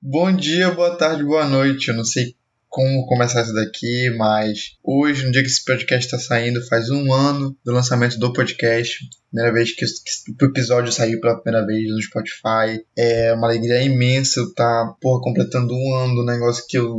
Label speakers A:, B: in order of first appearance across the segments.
A: Bom dia, boa tarde, boa noite. Eu não sei como começar isso daqui, mas hoje, no dia que esse podcast está saindo, faz um ano do lançamento do podcast. Primeira vez que o episódio saiu pela primeira vez no Spotify. É uma alegria imensa eu estar, porra, completando um ano do negócio que eu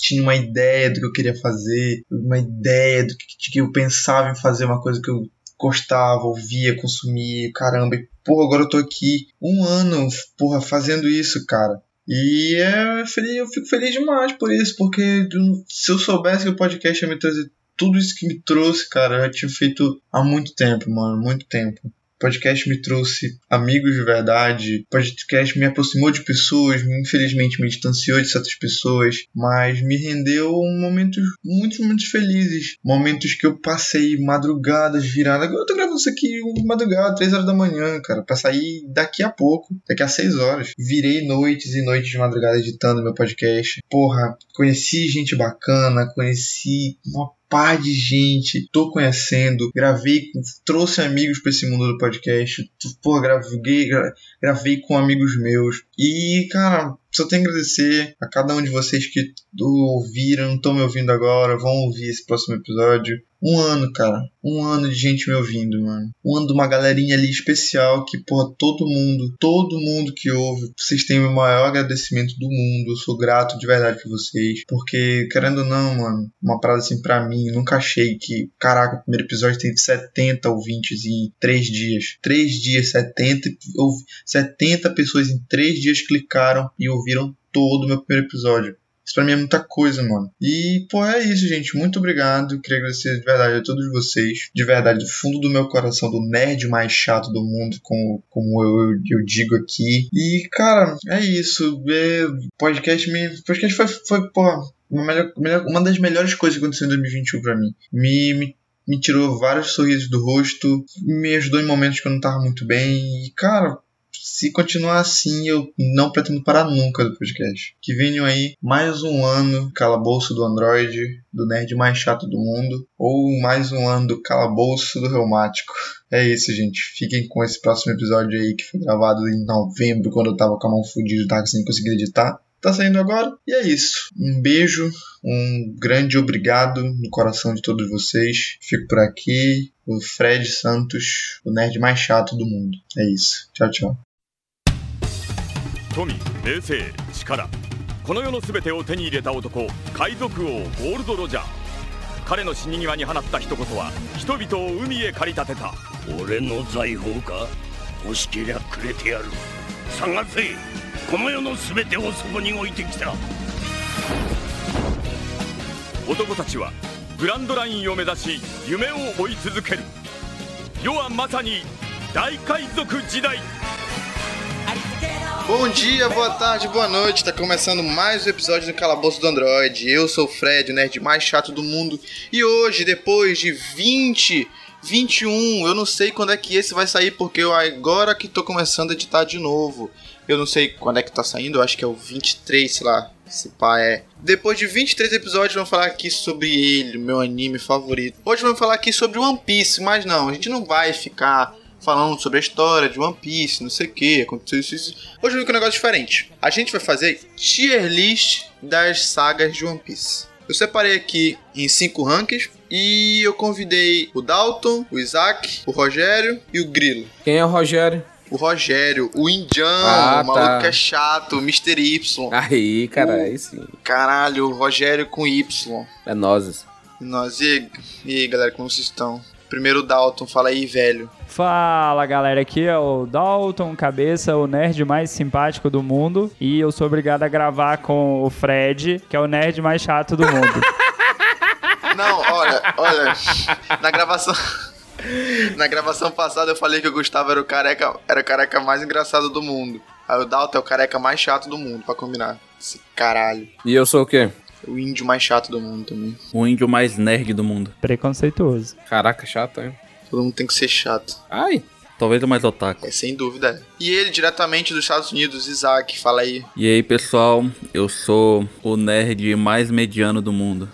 A: tinha uma ideia do que eu queria fazer, uma ideia do que, que eu pensava em fazer, uma coisa que eu gostava, ouvia, consumia, caramba. E, porra, agora eu tô aqui um ano, porra, fazendo isso, cara. E é, feliz- eu fico feliz demais por isso, porque eu- se eu soubesse que o podcast ia me trazer tudo isso que me trouxe, cara, eu já tinha feito há muito tempo, mano, muito tempo. O podcast me trouxe amigos de verdade, o podcast me aproximou de pessoas, infelizmente me distanciou de certas pessoas, mas me rendeu momentos, muitos momentos felizes. Momentos que eu passei madrugadas viradas. Agora eu tô gravando isso aqui madrugada, 3 horas da manhã, cara, pra sair daqui a pouco, daqui a 6 horas. Virei noites e noites de madrugada editando meu podcast. Porra, conheci gente bacana, conheci uma par de gente, tô conhecendo, gravei, com- trouxe amigos pra esse mundo do podcast, tu- porra, gravei, gra- gravei com amigos meus. E, cara, só tenho a agradecer a cada um de vocês que ouviram, estão me ouvindo agora, vão ouvir esse próximo episódio. Um ano, cara. Um ano de gente me ouvindo, mano. Um ano de uma galerinha ali especial que, porra, todo mundo, todo mundo que ouve, vocês têm o maior agradecimento do mundo. Eu sou grato de verdade por vocês. Porque, querendo ou não, mano, uma parada assim pra mim, nunca achei que, caraca, o primeiro episódio tem 70 ouvintes em 3 dias. 3 dias, 70 ouv- 70 pessoas em 3 dias clicaram e ouviram todo o meu primeiro episódio. Isso pra mim é muita coisa, mano. E, pô, é isso, gente. Muito obrigado. Queria agradecer de verdade a todos vocês. De verdade, do fundo do meu coração, do nerd mais chato do mundo, como, como eu, eu, eu digo aqui. E, cara, é isso. É, podcast me. Podcast foi, foi pô, uma, melhor- melhor- uma das melhores coisas que aconteceu em 2021 pra mim. Me, me me tirou vários sorrisos do rosto, me ajudou em momentos que eu não tava muito bem. E, cara, se continuar assim, eu não pretendo parar nunca do podcast. Que venham aí mais um ano calabouço do Android, do nerd mais chato do mundo, ou mais um ano do calabouço do reumático. É isso, gente. Fiquem com esse próximo episódio aí que foi gravado em novembro, quando eu tava com a mão fodida, tava sem conseguir editar. Tá saindo agora. E é isso. Um beijo, um grande obrigado no coração de todos vocês. Fico por aqui. O Fred Santos, o nerd mais chato do mundo. É isso. Tchau, tchau.
B: 富名声力この世の全てを手に入れた男海賊王ゴールド・ロジャー彼の死に際に放った一言は人々を海へ駆り立てた
C: 俺の財宝か欲しけりゃくれてやる探せこの世の全てをそこに置いてきた
B: 男たちはグランドラインを目指し夢を追い続ける世はまさに大海賊時代
A: Bom dia, boa tarde, boa noite. Tá começando mais um episódio do Calabouço do Android. Eu sou o Fred, o nerd mais chato do mundo. E hoje, depois de 20, 21, eu não sei quando é que esse vai sair, porque eu agora que tô começando a editar de novo. Eu não sei quando é que tá saindo, eu acho que é o 23, sei lá, se pá é. Depois de 23 episódios, vamos falar aqui sobre ele, meu anime favorito. Hoje vamos falar aqui sobre One Piece, mas não, a gente não vai ficar falando sobre a história de One Piece, não sei o que, aconteceu isso, isso. Hoje eu vi um negócio diferente. A gente vai fazer tier list das sagas de One Piece. Eu separei aqui em cinco rankings e eu convidei o Dalton, o Isaac, o Rogério e o Grilo.
D: Quem é o Rogério?
A: O Rogério, o Indiano,
D: Ah,
A: o maluco
D: tá.
A: que é chato, o Mr. Y.
D: Aí, cara, aí sim.
A: Caralho, o Rogério com Y.
D: É nozes.
A: E Nós, e, aí- e aí, galera, como vocês estão? Primeiro o Dalton, fala aí, velho.
E: Fala galera, aqui é o Dalton Cabeça, o nerd mais simpático do mundo. E eu sou obrigado a gravar com o Fred, que é o nerd mais chato do mundo.
A: Não, olha, olha. Na gravação. Na gravação passada eu falei que o Gustavo era o careca, era o careca mais engraçado do mundo. Aí o Dalton é o careca mais chato do mundo, pra combinar. Esse caralho. é
D: E eu sou o quê?
A: O índio mais chato do mundo também.
F: O índio mais nerd do mundo.
E: Preconceituoso.
D: Caraca, chato, hein?
A: Todo mundo tem que ser chato.
D: Ai.
F: Talvez o mais otaku.
A: É sem dúvida. E ele, diretamente dos Estados Unidos, Isaac, fala aí.
F: E aí, pessoal, eu sou o nerd mais mediano do mundo.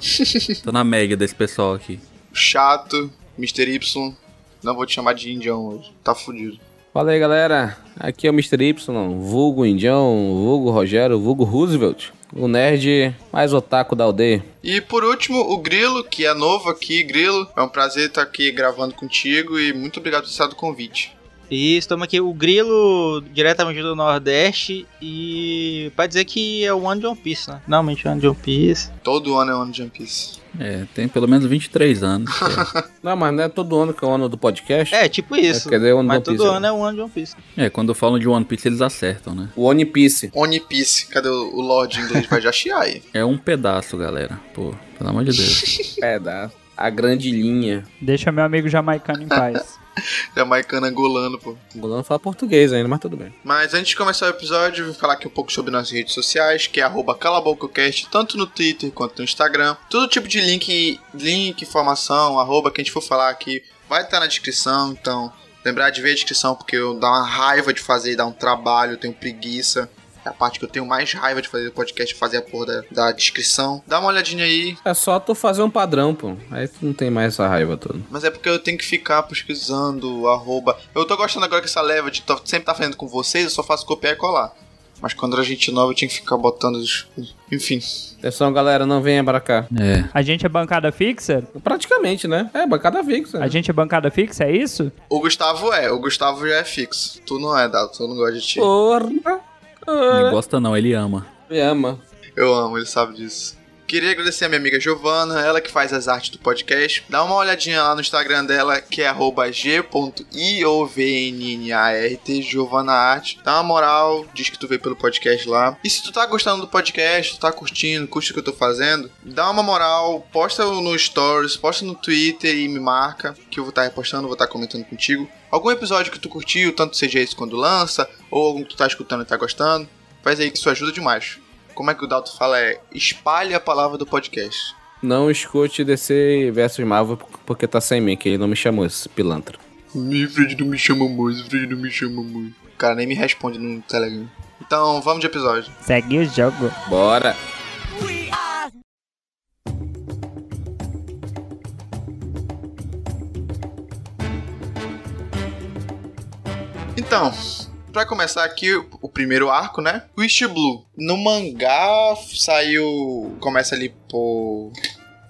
F: Tô na média desse pessoal aqui.
A: Chato, Mr. Y. Não vou te chamar de índio hoje. Tá fudido.
D: Fala aí, galera. Aqui é o Mr. Y, vulgo Indião, vulgo Rogério, vulgo Roosevelt. O nerd mais otaku da aldeia.
A: E por último, o Grilo, que é novo aqui. Grilo, é um prazer estar aqui gravando contigo e muito obrigado por estar do convite.
G: E estamos aqui, o Grilo, diretamente do Nordeste, e pra dizer que é o ano de One Piece, né? Normalmente é o ano de One Piece.
A: Todo ano é ano de One Piece.
F: É, tem pelo menos 23 anos.
D: Não, mas não é todo ano que é o ano do podcast.
G: É, tipo isso.
D: É, quer dizer, o ano
G: Mas
D: do One
G: todo
D: Piece,
G: ano é o ano de One Piece.
F: é, quando falam de One Piece eles acertam, né?
D: O One Piece.
A: One Piece, cadê o o Lorde inglês? Vai já chiar aí.
F: É um pedaço, galera. Pô, pelo amor de Deus.
D: É, da a grande linha.
E: Deixa meu amigo jamaicano em paz.
A: Jamaicano angolano, É pô.
D: O Golano fala português ainda, mas tudo bem.
A: Mas antes de começar o episódio, eu vou falar aqui um pouco sobre nossas redes sociais, que é arroba calabococast, tanto no Twitter quanto no Instagram. Todo tipo de link, link, informação, arroba que a gente for falar aqui vai estar na descrição, então lembrar de ver a descrição, porque eu dá uma raiva de fazer, dá um trabalho, eu tenho preguiça. É a parte que eu tenho mais raiva de fazer do podcast, é fazer a porra da, da descrição. Dá uma olhadinha aí,
D: É só tu fazer um padrão, pô. Aí tu não tem mais essa raiva toda.
A: mas é porque eu tenho que ficar pesquisando, o arroba. Eu tô gostando agora que essa leva de tô- sempre tá fazendo com vocês, eu só faço copiar e colar. Mas quando era gente nova eu tinha que ficar botando os. Enfim.
D: Atenção, galera, não venha pra cá.
F: É.
E: A gente é bancada fixa?
D: Praticamente, né? É, bancada fixa.
E: A gente é bancada fixa, é isso?
A: O Gustavo é, o Gustavo já é fixo. Tu não é, Dado, tu não gosta de ti.
D: Porra! Ah.
F: Não gosta não, ele ama.
D: Me ama.
A: Eu amo, ele sabe disso. Queria agradecer a minha amiga Giovana, ela que faz as artes do podcast. Dá uma olhadinha lá no Instagram dela, que é arroba g.iovnart, Giovana Arte. Dá uma moral, diz que tu veio pelo podcast lá. E se tu tá gostando do podcast, tu tá curtindo, curte o que eu tô fazendo, dá uma moral, posta no Stories, posta no Twitter e me marca, que eu vou estar repostando, vou estar comentando contigo. Algum episódio que tu curtiu, tanto seja esse quando lança, ou algum que tu tá escutando e tá gostando, faz aí que isso ajuda demais. Como é que o Dalton fala? É espalhe a palavra do podcast.
D: Não escute DC versus Marvel porque tá sem mim, que ele não me chamou, esse pilantra.
A: Ih, Fred não me chama mais, Fred não me chama mais. O cara nem me responde no Telegram. Então, vamos de episódio.
E: Segue o jogo.
D: Bora!
A: Então, pra começar aqui o primeiro arco, né? Wish Blue. No mangá saiu. Começa ali por.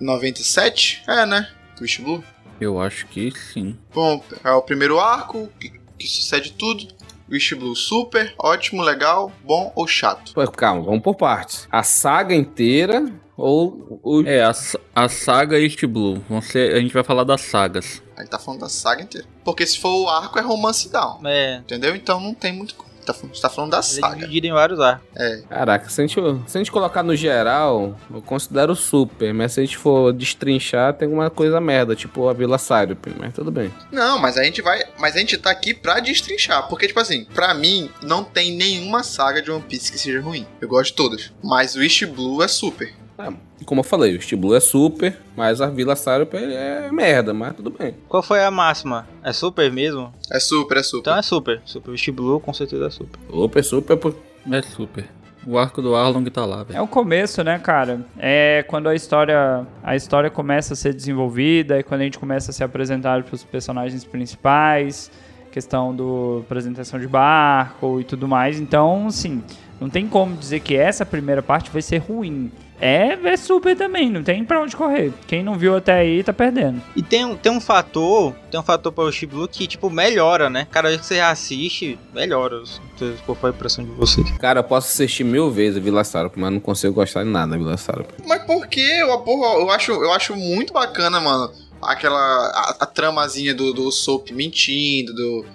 A: 97? É, né? Wish Blue.
F: Eu acho que sim.
A: Bom, é o primeiro arco que, que sucede tudo. Wish Blue super, ótimo, legal, bom ou chato?
D: Pô, calma, vamos por partes. A saga inteira ou o.
F: É, a, sa- a saga East Blue. Vão ser- a gente vai falar das sagas.
A: Aí tá falando da saga inteira. Porque se for o arco, é romance down.
G: É.
A: Entendeu? Então não tem muito. como. Tá, fal- você tá falando da
G: Eles
A: saga.
G: dividiram em vários arcos.
D: Caraca, se a, gente, se a gente colocar no geral, eu considero super, mas se a gente for destrinchar, tem alguma coisa merda, tipo a Vila Cyrup, mas tudo bem.
A: Não, mas a gente vai. Mas a gente tá aqui pra destrinchar. Porque, tipo assim, pra mim, não tem nenhuma saga de One Piece que seja ruim. Eu gosto de todas. Mas o East Blue é super.
D: Ah, Como eu falei, o Steve Blue é super, mas a Vila Cyrup é merda, mas tudo bem.
G: Qual foi a máxima? É super mesmo?
A: É super, é super.
G: Então é super. Super. O Blue com certeza é super.
D: Opa, é super, pô.
F: É super. O arco do Arlong tá lá,
E: É
F: velho.
E: o começo, né, cara? É quando a história, a história começa a ser desenvolvida e quando a gente começa a ser apresentado para os personagens principais, questão do apresentação de barco e tudo mais. Então, sim, não tem como dizer que essa primeira parte vai ser ruim. É, é super também, não tem pra onde correr. Quem não viu até aí tá perdendo.
G: E tem, um- tem um fator, tem um fator para o Blue que, tipo, melhora, né? Cada vez que você assiste, melhora. Não sei Qual foi a impressão de vocês?
D: Cara, eu posso assistir mil vezes a Vila Sarup, mas não consigo gostar de nada da Vila Sarup.
A: Mas por que? Eu, porra, eu, acho, eu acho muito bacana, mano. Aquela. A, a tramazinha do, do Soap mentindo, do.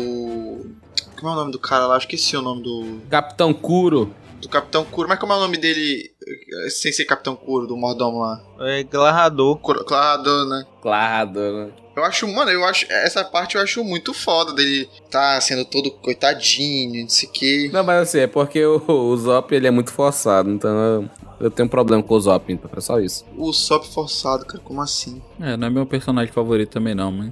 A: Do. Como é o nome do cara lá? Eu Esqueci o nome do.
D: Capitão Kuro.
A: Do Capitão Curo. Mas como é o nome dele eh, sem ser Capitão Curo, do mordomo lá?
G: É Glarrador.
A: Cor- Claro, né?
D: Claro, né?
A: Eu acho, mano, eu acho. Essa parte eu acho muito foda dele tá sendo todo coitadinho, não sei o quê.
D: Não, mas assim, é porque o, o Zop ele é muito forçado, então eu, eu tenho um problema com o Zop, então é só isso.
A: O Sop forçado, cara, como assim?
F: É, não é meu personagem favorito também não, mas...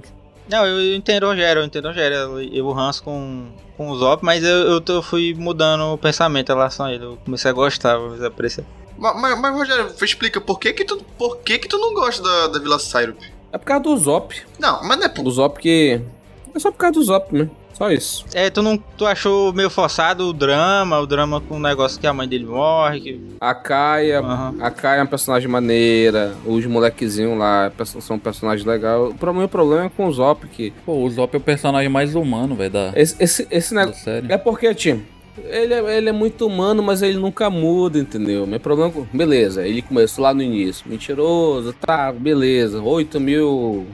G: Não, eu, eu entendo o Rogério, eu entendo o Rogério. Eu, eu ranço com, com o Zop, mas eu, eu, tô- fui mudando o pensamento em relação a ele. Eu comecei a gostar, mas apreciar.
A: Ma- ma- Mas, Rogério, explica, por que que tu, por que que tu não gosta da, da Vila Syrup?
D: É por causa do Zop.
A: Não, mas não é por...
D: O Zop que. É só por causa do Zop, né? Só isso.
G: É, tu não tu achou meio forçado o drama, o drama com o negócio que a mãe dele morre, que
D: A Kaia,
G: Aham.
D: a Kaia é um personagem maneira, os molequezinhos lá perso- são personagens legais. Pra mim, o problema é com o Zop, que
F: Pô, o Zop é o personagem mais humano, velho, da,
D: esse, esse, esse
F: da
D: negócio...
F: série.
D: É porque, Tim, ele é, ele é muito humano, mas ele nunca muda, entendeu? Meu problema com. Beleza, ele começou lá no início. Mentiroso, tá, beleza. 8 mil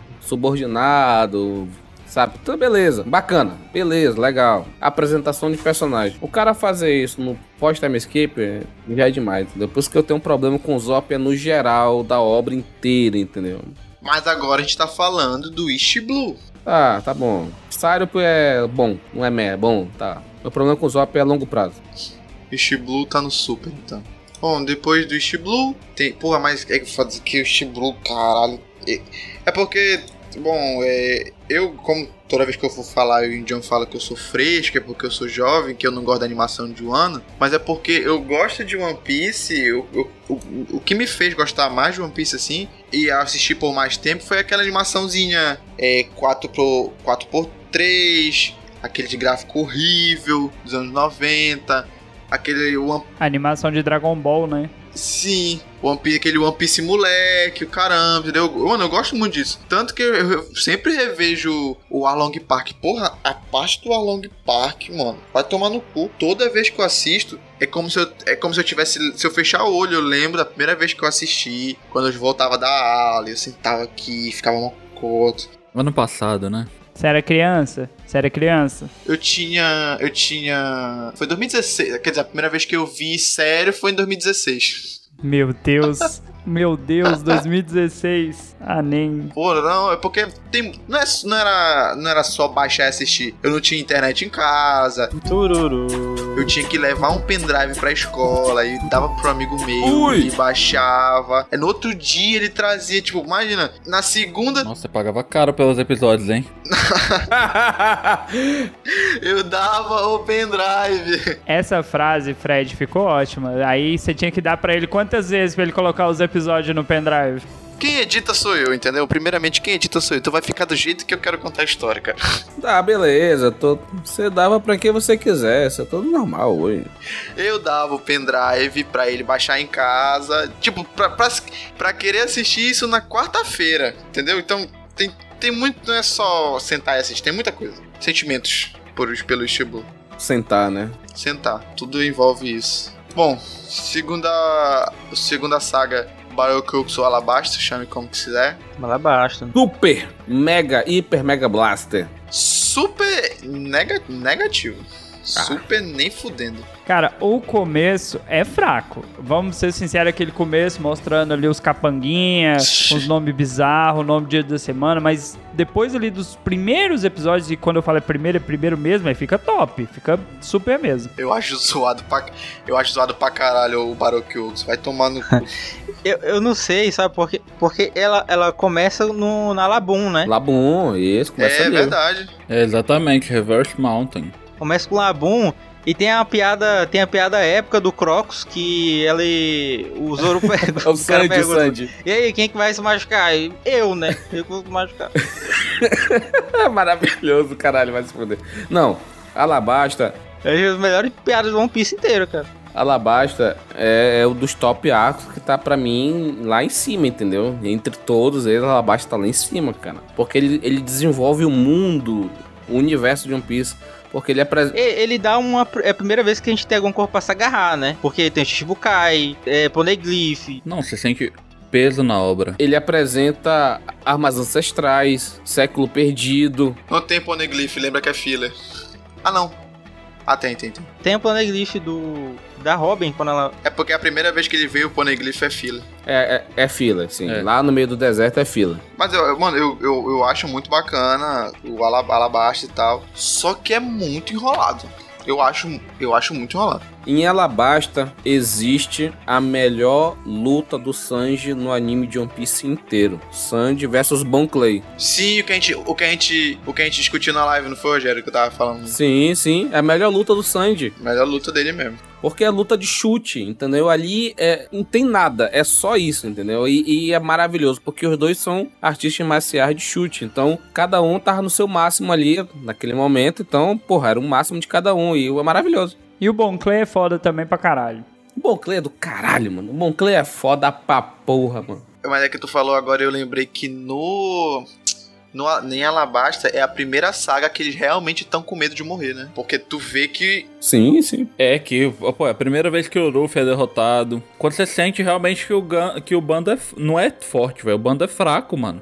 D: subordinado. Sabe? Então, beleza. Bacana. Beleza, legal. Apresentação de personagem. O cara fazer isso no pós-time skip é- já é demais, entendeu? Por isso que eu tenho um problema com o Zop é no geral da obra inteira, entendeu?
A: Mas agora a gente tá falando do East Blue.
D: Tá, tá bom. Syrup é bom, não é meh, é bom, tá. Meu problema com o Zop é a longo prazo.
A: East Blue tá no Super, então. Bom, depois do East Blue, tem. Porra, mas é que fazer que o East Blue, caralho. É, é porque, bom, é, eu, como toda vez que eu for falar, o John fala que eu sou fresco, é porque eu sou jovem, que eu não gosto da animação de Wano, mas é porque eu gosto de One Piece, eu- eu- o, o que me fez gostar mais de One Piece assim, e assistir por mais tempo, foi aquela animaçãozinha é, 4x, 4x3, aquele de gráfico horrível dos anos 90. Aquele One
E: A animação de Dragon Ball, né?
A: Sim, One Piece, aquele One Piece moleque, o caramba, entendeu? Eu- Mano, eu gosto muito disso. Tanto que eu, eu sempre revejo o Arlong Park. Porra, a parte do Arlong Park, mano, vai tomar no cu. Toda vez que eu assisto, é como se eu, é como se eu tivesse. Se eu fechar o olho, eu lembro da primeira vez que eu assisti, quando eu voltava da aula, eu sentava aqui, ficava mocoto.
F: Ano passado, né?
E: Você era criança? Você era criança?
A: Eu tinha. Eu tinha. Foi 2016. Quer dizer, a primeira vez que eu vi sério foi em 2016.
E: Meu Deus. Meu Deus, 2016. Ah, nem.
A: Pô, não, é porque tem, não, é, não, era, não era só baixar e assistir. Eu não tinha internet em casa,
G: tururu.
A: eu tinha que levar um pendrive pra escola e dava pro amigo meu
D: Ui.
A: e baixava. Aí no outro dia ele trazia, tipo, imagina, na segunda
F: Nossa, eu pagava caro pelos episódios, hein?
A: eu dava o pendrive.
E: Essa frase, Fred, ficou ótima. Aí você tinha que dar pra ele quantas vezes pra ele colocar os episódios no pendrive.
A: Quem edita sou eu, entendeu? Primeiramente, quem edita sou eu. Então vai ficar do jeito que eu quero contar a história, cara.
D: Tá, beleza. tô- Você dava pra quem você quisesse. É tudo normal hoje.
A: Eu dava o pendrive pra ele baixar em casa. Tipo, pra, pra, pra querer assistir isso na quarta-feira, entendeu? Então tem, tem muito. Não é só sentar e assistir, tem muita coisa. Sentimentos por, pelo Shibu.
D: Sentar, né?
A: Sentar. Tudo envolve isso. Bom, segunda. Segunda saga. Barokuxo Alabasta, chame como que quiser.
G: Mas lá né? basta.
D: Super, mega, hiper, mega blaster.
A: Super nega, negativo. Super nem fudendo.
E: Cara, o começo é fraco. Vamos ser sinceros, aquele começo mostrando ali os capanguinha, os nomes bizarros, o nome do dia da semana, mas depois ali dos primeiros episódios, e quando eu falo é primeiro, é primeiro mesmo, aí fica top, fica super mesmo.
A: Eu acho zoado pra. Eu acho zoado pra caralho o Barokuxo. Vai tomar no cu.
G: Eu, eu não sei, sabe por quê? Porque ela, ela começa no, na Labum, né?
D: Labum, isso, começa
A: É
D: ali.
A: verdade.
F: É, exatamente, Reverse Mountain.
G: Começa com Labum e tem a piada, tem a piada épica do Crocus que ele o Zoro pega,
D: É o
G: cara
D: Sandy, o
G: pergunta,
D: Sandy.
G: E aí, quem que vai se machucar? E Eu, né? Eu que vou me machucar.
D: É maravilhoso, caralho, vai se fuder. Não, Alabasta,
G: É as melhores piadas do One Piece inteiro, cara.
D: Alabasta é, é o dos top arcos que tá pra mim lá em cima, entendeu? Entre todos eles, Alabasta tá lá em cima, cara. Porque ele, ele desenvolve o mundo, o universo de One Piece. Porque ele é
G: E-
D: apresenta.
G: Ele dá uma. É a primeira vez que a gente tem algum corpo pra se agarrar, né? Porque tem o Shichibukai, é, Poneglyph.
F: Não, você sente peso na obra.
D: Ele apresenta armas ancestrais, século perdido,
A: Não tem poneglyph, lembra que é filler. Ah, não. Ah, tem, tem, tem.
G: Tem o Poneglyph do. Da Robin, quando ela.
A: É porque a primeira vez que ele veio, o poneglyph é filler.
D: É, é, é fila, sim.
F: É.
D: Lá no meio do deserto é fila.
A: Mas, eu, eu- mano, eu, eu, eu acho muito bacana o Ala- Alabasta e tal. Só que é muito enrolado. Eu acho, eu acho muito enrolado.
D: Em Alabasta existe a melhor luta do Sanji no anime de One Piece inteiro. Sanji versus Bon Clay.
A: Sim, o que a gente, o que a gente, o que a gente Hum. discutiu na live, não foi, Rogério, que eu tava falando?
D: Sim, sim, é a melhor luta do Sanji.
A: Melhor luta dele mesmo.
D: Porque é luta de chute, entendeu? Ali é, não tem nada, é só isso, entendeu? E, e é maravilhoso, porque os dois são artistas marciais de chute. Então, cada um tava no seu máximo ali naquele momento. Então, porra, era o máximo de cada um. E é maravilhoso.
E: E o Bonclay é foda também pra caralho.
D: O Bonclay é do caralho, mano. O Bonclay é foda pra porra, mano.
A: Mas é que tu falou agora, eu lembrei que no. No, nem Alabasta é a primeira saga que eles realmente estão com medo de morrer, né? Porque tu vê que
F: Sim, sim. É que, pô, é a primeira vez que o Luffy é derrotado. Quando você sente realmente que o, Gan- que o bando é f- não é forte, velho. O bando é fraco, mano.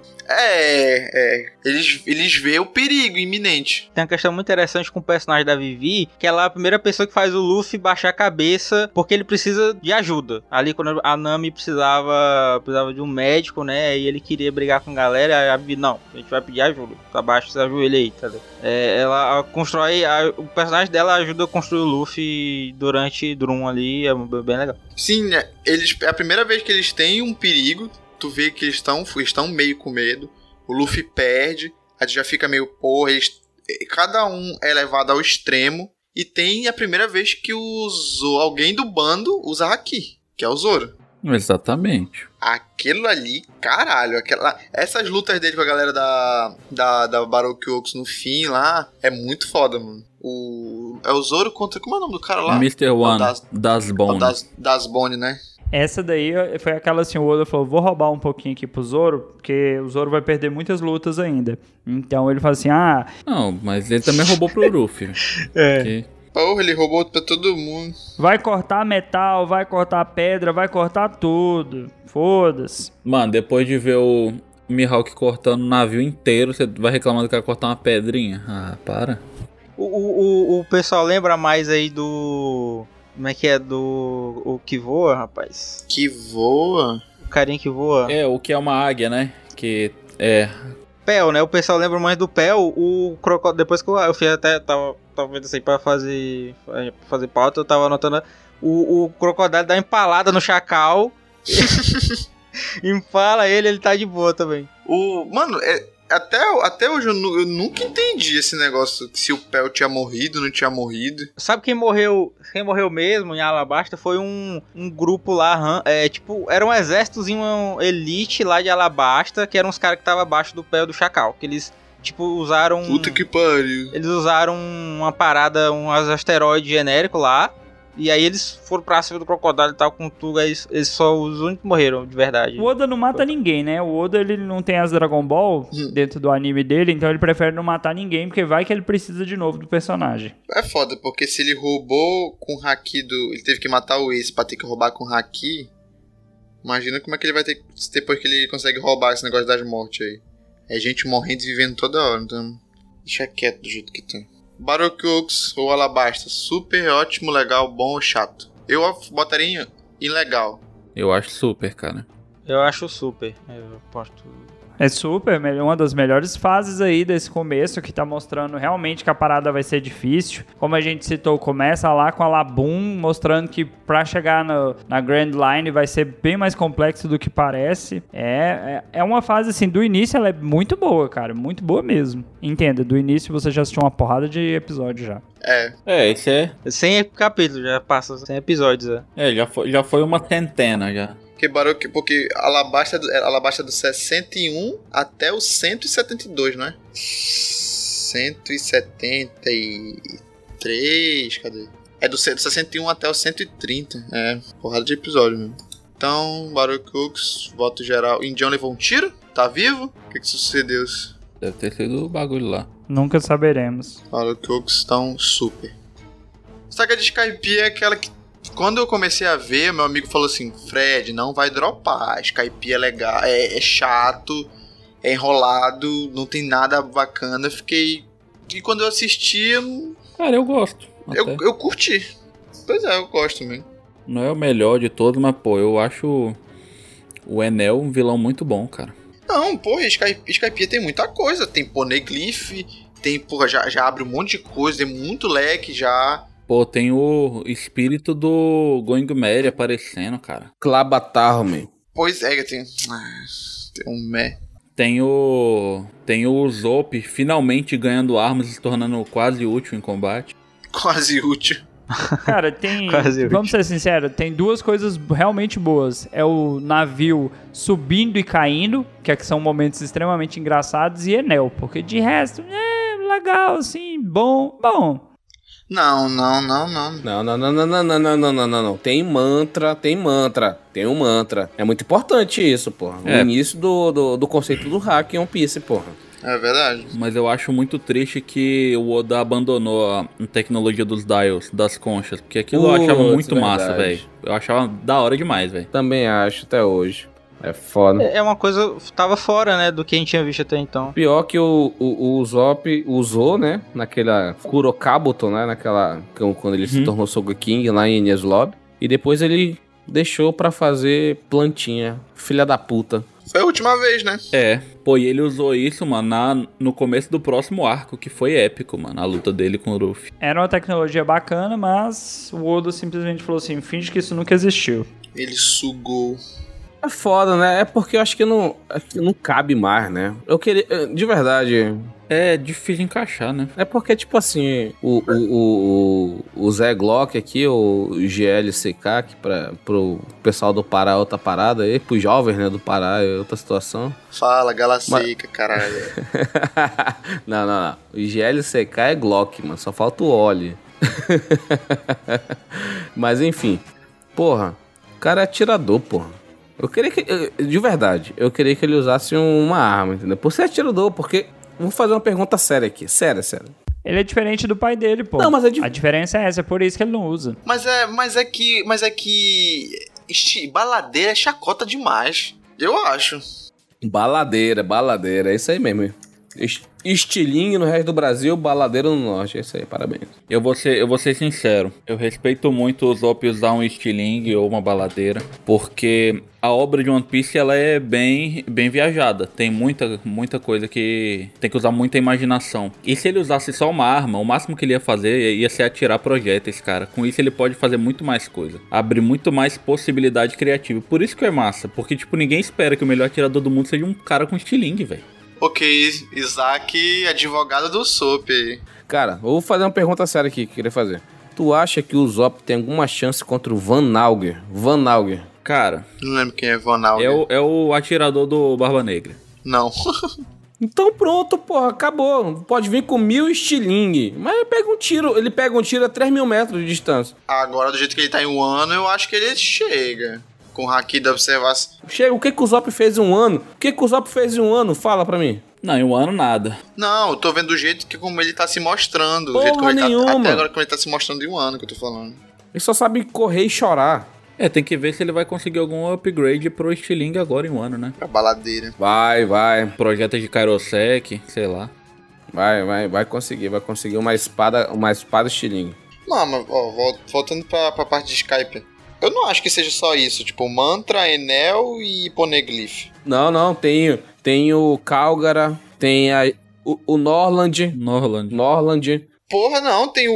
A: é, é, eles eles vê o perigo iminente.
G: Tem uma questão muito interessante com o personagem da Vivi, que ela é a primeira pessoa que faz o Luffy baixar a cabeça, porque ele precisa de ajuda. Ali quando a Nami precisava, precisava de um médico, né? E ele queria brigar com a galera, a Vivi, não, a gente vai pedir ajuda. Tá baixo, esse ajoelho aí, tá ligado? É, ela constrói, a- o personagem dela ajuda a construir o Luffy durante Drum ali, é bem legal.
A: Sim, é, eles é a primeira vez que eles têm um perigo, tu vê que eles estão estão meio com medo. O Luffy perde, a gente já fica meio porra, eles, eh, cada um é levado ao extremo e tem a primeira vez que o Zo- alguém do bando usa haki, que é o Zoro.
F: Exatamente.
A: Aquilo ali, caralho, aquela, essas lutas dele com a galera da, da, da Baroque Oaks no fim lá, é muito foda, mano. O, é o Zoro contra, como é o nome do cara lá?
F: Mr.
A: O
F: One,
A: das-
F: das
A: O
F: Bone.
A: Das, das Bone, né?
E: Essa daí foi aquela assim, o Oda falou, vou roubar um pouquinho aqui pro Zoro, porque o Zoro vai perder muitas lutas ainda. Então ele fala assim, ah,
F: Não, mas ele também roubou pro Luffy. né?
G: É.
F: Que-
A: Porra, ele roubou pra todo mundo.
E: vai cortar metal, vai cortar pedra, vai cortar tudo. Foda-se.
F: Mano, depois de ver o Mihawk cortando o navio inteiro, você vai reclamando que vai cortar uma pedrinha. Ah, para.
G: O, o, o, o pessoal lembra mais aí do. Como é que é? Do. O que voa, rapaz?
A: Que voa.
G: O carinha que voa.
F: É, o que é uma águia, né? Que é.
G: Pel, né? O pessoal lembra mais do Pel. O crocodilo. Depois que eu, eu fiz até. Tava, tava vendo assim pra fazer. é, pra fazer pauta, eu tava anotando. O, o crocodilo dá empalada no chacal. Empala ele, ele tá de boa também.
A: O. Mano, é- até, até hoje eu, nu- eu nunca entendi esse negócio. Se o Pel tinha morrido, não tinha morrido.
G: Sabe quem morreu? Quem morreu mesmo em Alabasta foi um, um grupo lá, ran- é, tipo, era um exércitozinho um elite lá de Alabasta, que eram uns caras que estavam abaixo do pé do Chacal, que eles tipo usaram
A: Puta que pariu.
G: eles usaram uma parada, um asteroide genérico lá, e aí eles foram pra cima do crocodilo e tal com o Tuga, eles, eles só os únicos que morreram de verdade.
E: O Oda não mata ninguém, né? O Oda ele não tem as Dragon Ball
A: Hum.
E: dentro do anime dele, então ele prefere não matar ninguém, porque vai que ele precisa de novo do personagem.
A: É foda, porque se ele roubou com o Haki do. Ele teve que matar o Ace pra ter que roubar com o Haki. Imagina como é que ele vai ter. que- Depois que ele consegue roubar esse negócio das mortes aí. É gente morrendo e vivendo toda hora, então. Deixa quieto do jeito que tá. Baroque Oaks ou Alabasta. Super, ótimo, legal, bom ou chato? Eu botaria em, em legal.
F: Eu acho super, cara.
G: Eu acho super. Eu aposto.
E: É super, melhor- uma das melhores fases aí desse começo, que tá mostrando realmente que a parada vai ser difícil. Como a gente citou, começa lá com a Labum, mostrando que pra chegar no- na Grand Line vai ser bem mais complexo do que parece. É, é, é uma fase, assim, do início ela é muito boa, cara, muito boa mesmo. Entenda, do início você já assistiu uma porrada de episódio já.
A: É.
F: É, esse é.
G: 100 capítulos, já passa 100 episódios, né?
F: É, já foi, já foi uma centena já.
A: Porque Baroque. Porque Alabasta, é do- é Alabasta é do 61 até o 172, não é? 173. Cadê? É do 61 até o 130. É, porrada de episódio mesmo. Então, Baroque Cooks, voto geral. Indião levou um tiro? Tá vivo? O que, que sucedeu?
F: Deve ter sido o bagulho lá.
E: Nunca saberemos.
A: Baroque Cooks estão tá um super. Saga de Skype é aquela que. Quando eu comecei a ver, meu amigo falou assim: Fred, não vai dropar. Skype é legal, é, é chato, é enrolado, não tem nada bacana. Eu Fiquei. E quando eu assisti, eu,
F: Cara, eu gosto. até.
A: eu, eu curti. Pois é, eu gosto mesmo.
F: Não é o melhor de todos, mas, pô, eu acho o Enel um vilão muito bom, cara.
A: Não, porra, Skype, Skype tem muita coisa. Tem poneglyph, tem, porra, já, já abre um monte de coisa, tem muito leque já.
F: Pô, tem o espírito do Gongmeri aparecendo, cara.
D: Clabatar, meu.
A: Pois é, tem. Ah, Tem um meh.
F: Tem o. Tem o Zop finalmente ganhando armas e se tornando quase útil em combate.
A: quase útil.
E: Cara, tem.
G: Quase útil.
E: vamos ser sinceros, tem duas coisas realmente boas. É o navio subindo e caindo, que, é que são momentos extremamente engraçados, e Enel, porque de resto, é legal, assim, bom, bom.
A: Não, não, não, não.
D: Não, não, não, não, não, não, não, não, não, não, não. Tem mantra, tem mantra, tem um mantra. É muito importante isso, porra. O
F: É.
D: início do, do, do conceito do hack em One Piece, porra.
A: É verdade.
F: Mas eu acho muito triste que o Oda abandonou a tecnologia dos dials, das conchas, porque aquilo eu
D: Putz,
F: achava muito massa,
D: verdade.
F: velho. Eu achava da hora demais, velho.
D: Também acho até hoje. É foda.
G: É é uma coisa tava fora, né, do que a gente tinha visto até então.
D: Pior que o, o, o Usopp usou, né? Naquela Kurokabuto, né? Naquela. Quando ele se
F: Uhum.
D: tornou Sogo King lá em Enies Lobby. E depois ele deixou pra fazer plantinha. Filha da puta.
A: Foi a última vez, né?
F: É. Pô, e ele usou isso, mano, na- no começo do próximo arco, que foi épico, mano, a luta dele com o Luffy.
E: Era uma tecnologia bacana, mas o Odo simplesmente falou assim: finge que isso nunca existiu.
A: Ele sugou.
D: É foda, né? É porque eu acho que não, acho que não cabe mais, né? Eu queria. eh, De verdade.
F: É difícil de encaixar, né?
D: É porque, tipo assim, o, o, o, o- o Zé Glock aqui, o GLCK, que pra, pro pessoal do Pará é outra parada, e pros jovens, né, do Pará é outra situação.
A: Fala, gala seca, caralho.
D: não, não, não. O GLCK é Glock, mano. Só falta o Oli. Mas enfim. Porra, o cara é atirador, porra. Eu queria que. eu- De verdade, eu queria que ele usasse uma arma, entendeu? Por ser atirador, porque. Vou fazer uma pergunta séria aqui. Séria, séria.
E: Ele é diferente do pai dele, pô.
D: Não, mas é di-
E: A diferença é essa, é por isso que ele não usa.
A: Mas é, mas é que, mas é que esti- baladeira é chacota demais. Eu acho.
D: Baladeira, baladeira. É isso aí mesmo. Es- Estilingue no resto do Brasil, baladeira no norte. É isso aí, parabéns.
F: Eu vou ser, eu vou ser sincero. Eu respeito muito os Zop usar um estilingue ou uma baladeira, porque a obra de One Piece ela é bem, bem viajada. Tem muita, muita coisa que tem que usar muita imaginação. E se ele usasse só uma arma, o máximo que ele ia fazer ia ser atirar projéteis, cara. Com isso ele pode fazer muito mais coisa, abrir muito mais possibilidade criativa. Por isso que é massa, porque tipo ninguém espera que o melhor atirador do mundo seja um cara com estilingue, velho.
A: Ok, Isaac, advogado do SOP. aí.
D: Cara, eu vou fazer uma pergunta séria aqui que eu queria fazer. Tu acha que o Zop tem alguma chance contra o Van Nauger? Van Nauger.
F: Cara,
A: Não lembro quem é Vonal.
F: é o, é o atirador do Barba Negra.
A: Não.
D: Então pronto, porra, acabou. Pode vir com mil estilingue. Mas ele pega um tiro, ele pega um tiro a 3 mil metros de distância.
A: Agora, do jeito que ele tá em um ano, eu acho que ele chega. Com o haki da observação.
D: Chega, o que, que o Zop fez em um ano? O que, que o Zop fez em um ano? Fala pra mim.
F: Não, em um ano nada.
A: Não, eu tô vendo do jeito que como ele tá se mostrando. do
D: Porra
A: jeito como ele tá-
D: nenhuma.
A: até agora como ele tá se mostrando em um ano que eu tô falando.
D: Ele só sabe correr e chorar.
F: É, tem que ver se ele vai conseguir algum upgrade pro Stiling agora em um ano, né?
A: A baladeira.
D: Vai, vai,
F: Projeto de Kairosek, sei lá.
D: vai, vai, vai conseguir, vai conseguir uma espada, uma espada estilingue.
A: Não, mas ó, vol- voltando pra, pra parte de Skype. Eu não acho que seja só isso. Tipo, mantra, Enel e Poneglyph.
D: Não, não, tem, tem o Calgara, tem a, o, o Norland,
F: Norland.
D: Norland.
A: Porra, não, tem o.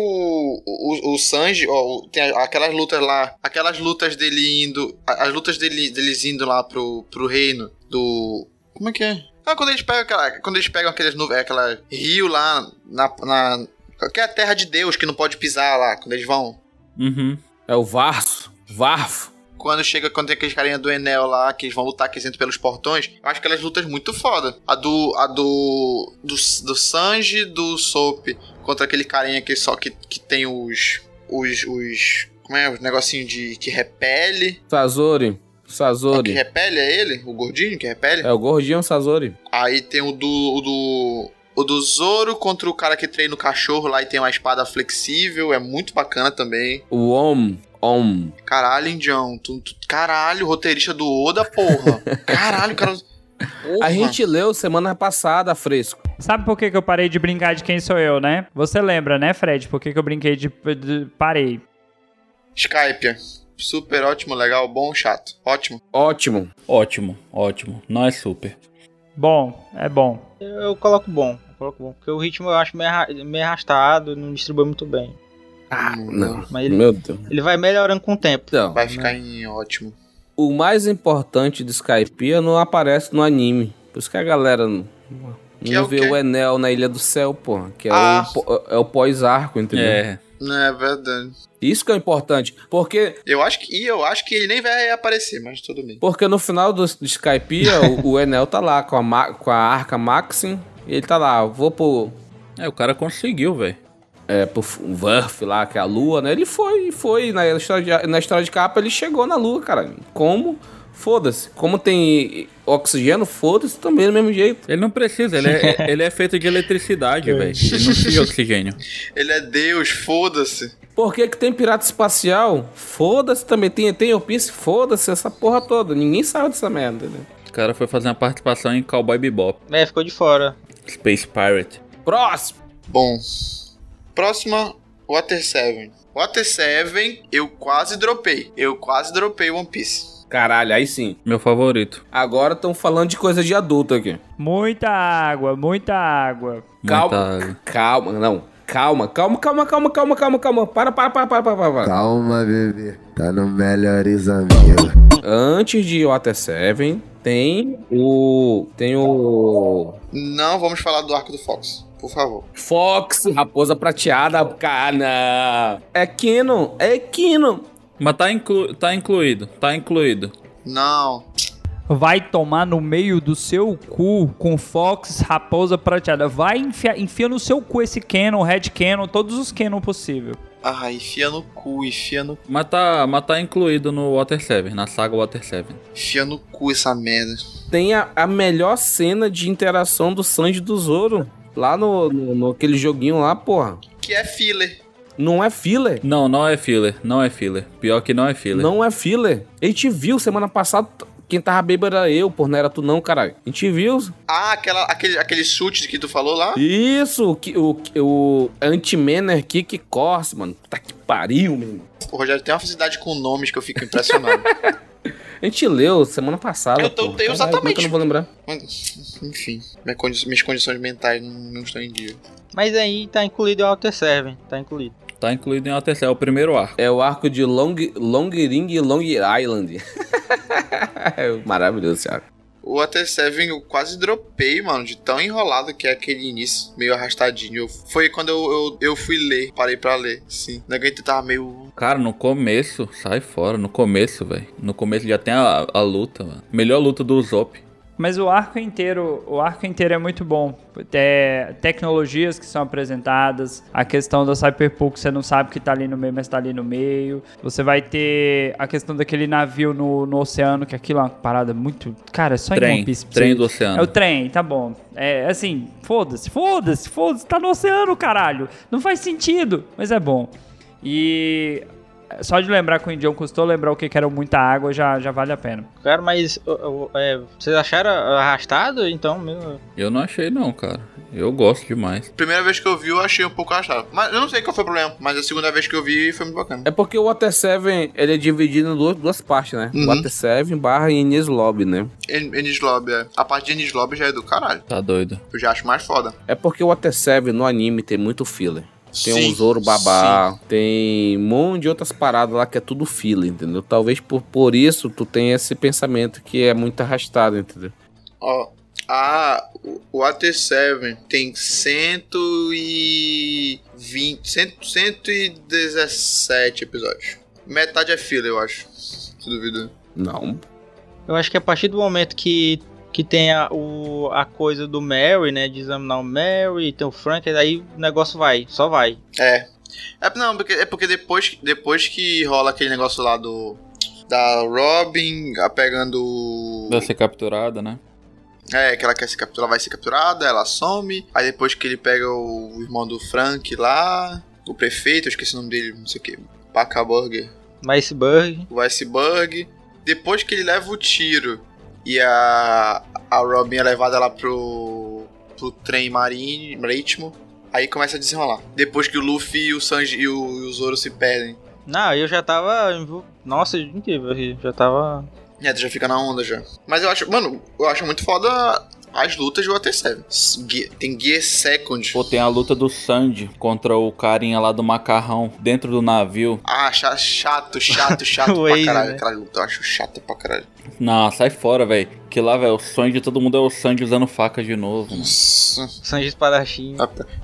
A: O, o Sanji, ó, o- tem a- aquelas lutas lá. Aquelas lutas dele indo. a- As lutas dele, deles indo lá pro, pro reino do. Como é que é? Ah, quando eles pegam aquela. Quando eles pegam aqueles nuvens. Aquela rio lá na. na que é a terra de Deus que não pode pisar lá, quando eles vão.
F: Uhum.
D: É o Varso, Varfo.
A: Quando chega, quando tem aqueles carinha do Enel lá, que eles vão lutar, que eles entram pelos portões, eu acho aquelas lutas muito foda. A do. A do. Do, do Sanji do Soap contra aquele carinha que só que, que tem os. Os. os. Como é? Os negocinho de. que repele.
D: Sazori,
A: O que
D: Sazori.
A: repele é ele? O gordinho que repele?
D: É o gordinho Sazori.
A: Aí tem o do. O do. O do Zoro contra o cara que treina o cachorro lá e tem uma espada flexível. É muito bacana também.
D: O Om, Om.
A: Caralho, Indião. Tu, tu- caralho, roteirista do Oda, porra. Caralho, cara.
D: A
A: Porra.
D: gente leu semana passada, Fresco.
E: Sabe por que, que eu parei de brincar de quem sou eu, né? Você lembra, né, Fred? Por que, que eu brinquei de, de- Parei.
A: Skype. Super ótimo, legal, bom, chato. Ótimo.
D: Ótimo.
F: Ótimo, ótimo. Não é super.
E: Bom, é bom.
G: Eu coloco bom, eu coloco bom, porque o ritmo eu acho meio arra- meio arrastado, não distribui muito bem.
D: Ah, não.
G: Mas ele,
D: Meu Deus.
G: ele vai melhorando com o tempo.
D: Então,
A: Hum, Vai ficar em ótimo.
D: o mais importante de Skypiea não aparece no anime. Por isso que a galera não, não
A: Que é o
D: vê
A: quê?
D: o Enel na Ilha do Céu, porra. Que é,
A: Ah.
D: o, po- é o pós-arco, entendeu?
F: É.
A: É verdade.
D: Isso que é o importante. Porque,
A: Eu acho que, e eu acho que ele nem vai aparecer, mas tudo bem.
D: porque no final do, do Skypiea, o, o Enel tá lá com a, ma- com a arca Maxim. E ele tá lá, vou pro,
F: É, o cara conseguiu, velho.
D: é, pro F- Wurf lá, que é a lua, né? Ele foi, foi. Na história, de, na história de capa, ele chegou na lua, cara. Como? Foda-se. Como tem oxigênio, foda-se também do mesmo jeito.
F: Ele não precisa, ele é, ele é feito de eletricidade, velho. Ele não precisa de oxigênio.
A: Ele é Deus, foda-se.
D: Por que, que tem pirata espacial? Foda-se também. Tem, tem Opice? Foda-se essa porra toda. Ninguém sabe dessa merda, né?
F: O cara foi fazer uma participação em Cowboy Bebop,
G: É, ficou de fora.
F: Space Pirate.
D: Próximo!
A: Bom. Próxima, Water 7. Water 7, eu quase dropei. Eu quase dropei One Piece.
D: Caralho, aí sim.
F: Meu favorito.
D: Agora estão falando de coisa de adulto aqui.
E: Muita água, muita água.
D: Calma.
F: Muita-
D: Calma, não. Calma, calma, calma, calma, calma, calma, calma. Para, para, para, para, para, para.
H: Calma, bebê, tá no melhores amigos.
D: Antes de Water 7, tem o. Tem o.
A: Não vamos falar do arco do Fox, por favor.
D: Fox, Raposa Prateada, cara. É Kino, é Kino.
F: Mas tá, inclu... tá incluído, tá incluído.
A: Não.
E: Vai tomar no meio do seu cu com Fox, raposa prateada. Vai enfiar, enfia no seu cu esse Canon, Red Canon, todos os Canon possível.
A: Ah, enfia no cu, enfia no,
F: Mas tá, mas tá incluído no Water 7, na saga Water 7.
A: enfia no cu essa merda.
D: Tem a, a melhor cena de interação do Sanji e do Zoro. Lá no, no, no aquele joguinho lá, porra.
A: Que é filler.
D: Não é filler.
F: Não, não é filler, não é filler. Pior que não é filler.
D: Não é filler. A gente viu semana passada. Quem tava bêbado era eu, porra. Não era tu, não, caralho. A gente viu.
A: Ah, aquela, aquele, aquele chute que tu falou lá?
D: Isso, o, que- o, o anti-manner kick corse, mano. Tá que pariu, meu irmão.
A: O Rogério tem uma facilidade com nomes que eu fico impressionado.
D: A gente leu semana passada.
A: Eu tô-
D: porra.
A: tenho
D: Caralho, como é
A: exatamente.
D: que Eu não vou lembrar.
A: Mas, Enfim, minha condi- minhas condições mentais não, não estão em dia.
G: Mas aí tá incluído o Alter Servant, tá incluído.
F: Tá incluído em Water 7, é o primeiro arco.
D: É o arco de Long, Long Ring e Long Island. É Maravilhoso, cara.
A: O Water 7 eu quase dropei, mano, de tão enrolado que é aquele início, meio arrastadinho. Eu- foi quando eu, eu, eu fui ler, parei pra ler, sim. O negócio tava meio.
F: Cara, no começo, sai fora, no começo, velho. No começo já tem a, a luta, mano. Melhor luta do Usopp.
E: Mas o arco inteiro, o arco inteiro é muito bom. É, tecnologias que são apresentadas, a questão da Cyberpunk, você não sabe que tá ali no meio, mas tá ali no meio. Você vai ter a questão daquele navio no, no oceano, que aquilo é uma parada muito. Cara, é só em One
F: Trem,
E: Piece. pra
F: trem
E: você-
F: do oceano.
E: É o trem, tá bom. É assim, foda-se, foda-se, foda-se, tá no oceano, caralho. Não faz sentido, mas é bom. E é, só de lembrar que o Indião custou lembrar o que que era muita água já, já vale a pena.
G: Cara, mas ô, ô, é, vocês acharam arrastado? Então, meu,
F: Eu não achei não, cara. Eu gosto demais.
A: Primeira vez que eu vi, eu achei um pouco arrastado. Mas eu não sei qual foi o problema, mas a segunda vez que eu vi foi muito bacana.
D: É porque o Water 7 ele é dividido em duas, duas partes, né?
A: Uhum.
D: Water 7 barra Ines Lobby, né?
A: En- Ennis Lobby, é. A parte de Ennis Lobby já é do caralho.
F: Tá doido.
A: Eu já acho mais foda.
D: É porque o Water 7 no anime tem muito filler. Tem
A: Sim,
D: um Zoro babá, tem um monte de outras paradas lá que é tudo filler, entendeu? Talvez por, por isso tu tenha esse pensamento que é muito arrastado, entendeu?
A: Ó, a, o- o AT7 tem 120, 100, 117 episódios. Metade é fila, eu acho. Se duvidar.
D: Não.
G: eu acho que a partir do momento que, que tem a, o, a coisa do Mary, né? De examinar o Mary, tem o Frank, aí o negócio vai, só vai.
A: É. é não, porque, é porque depois, depois que rola aquele negócio lá do. Da Robin a pegando. o-
F: Vai ser capturada, né?
A: É, que ela quer ser capturada, vai ser capturada, ela some. Aí depois que ele pega o irmão do Frank lá, o prefeito, eu esqueci o nome dele, não sei o que. Pacaburger.
G: Mas esse bug,
A: o iceberg. Depois que ele leva o tiro e a, a Robin é levada lá pro, pro trem marine, marítimo, aí começa a desenrolar. Depois que o Luffy e o Sanji e o, e o Zoro se perdem.
G: não, eu já tava. envol- Nossa, incrível, eu já tava.
A: É, tu já fica na onda já. Mas eu acho, mano, eu acho muito foda as lutas de Water 7. Ge- Tem Gear Second.
F: Pô, tem a luta do Sandy contra o carinha lá do macarrão dentro do navio.
A: Ah, cha- chato, chato, chato
G: O
A: pra
G: Waze,
A: caralho.
G: né?
A: Aquela luta eu acho chata pra caralho.
F: Não, sai fora, velho. Que lá, velho, o sonho de todo mundo é o Sandy usando faca de novo. mano.
A: Nossa.
G: Sanji Espadachim.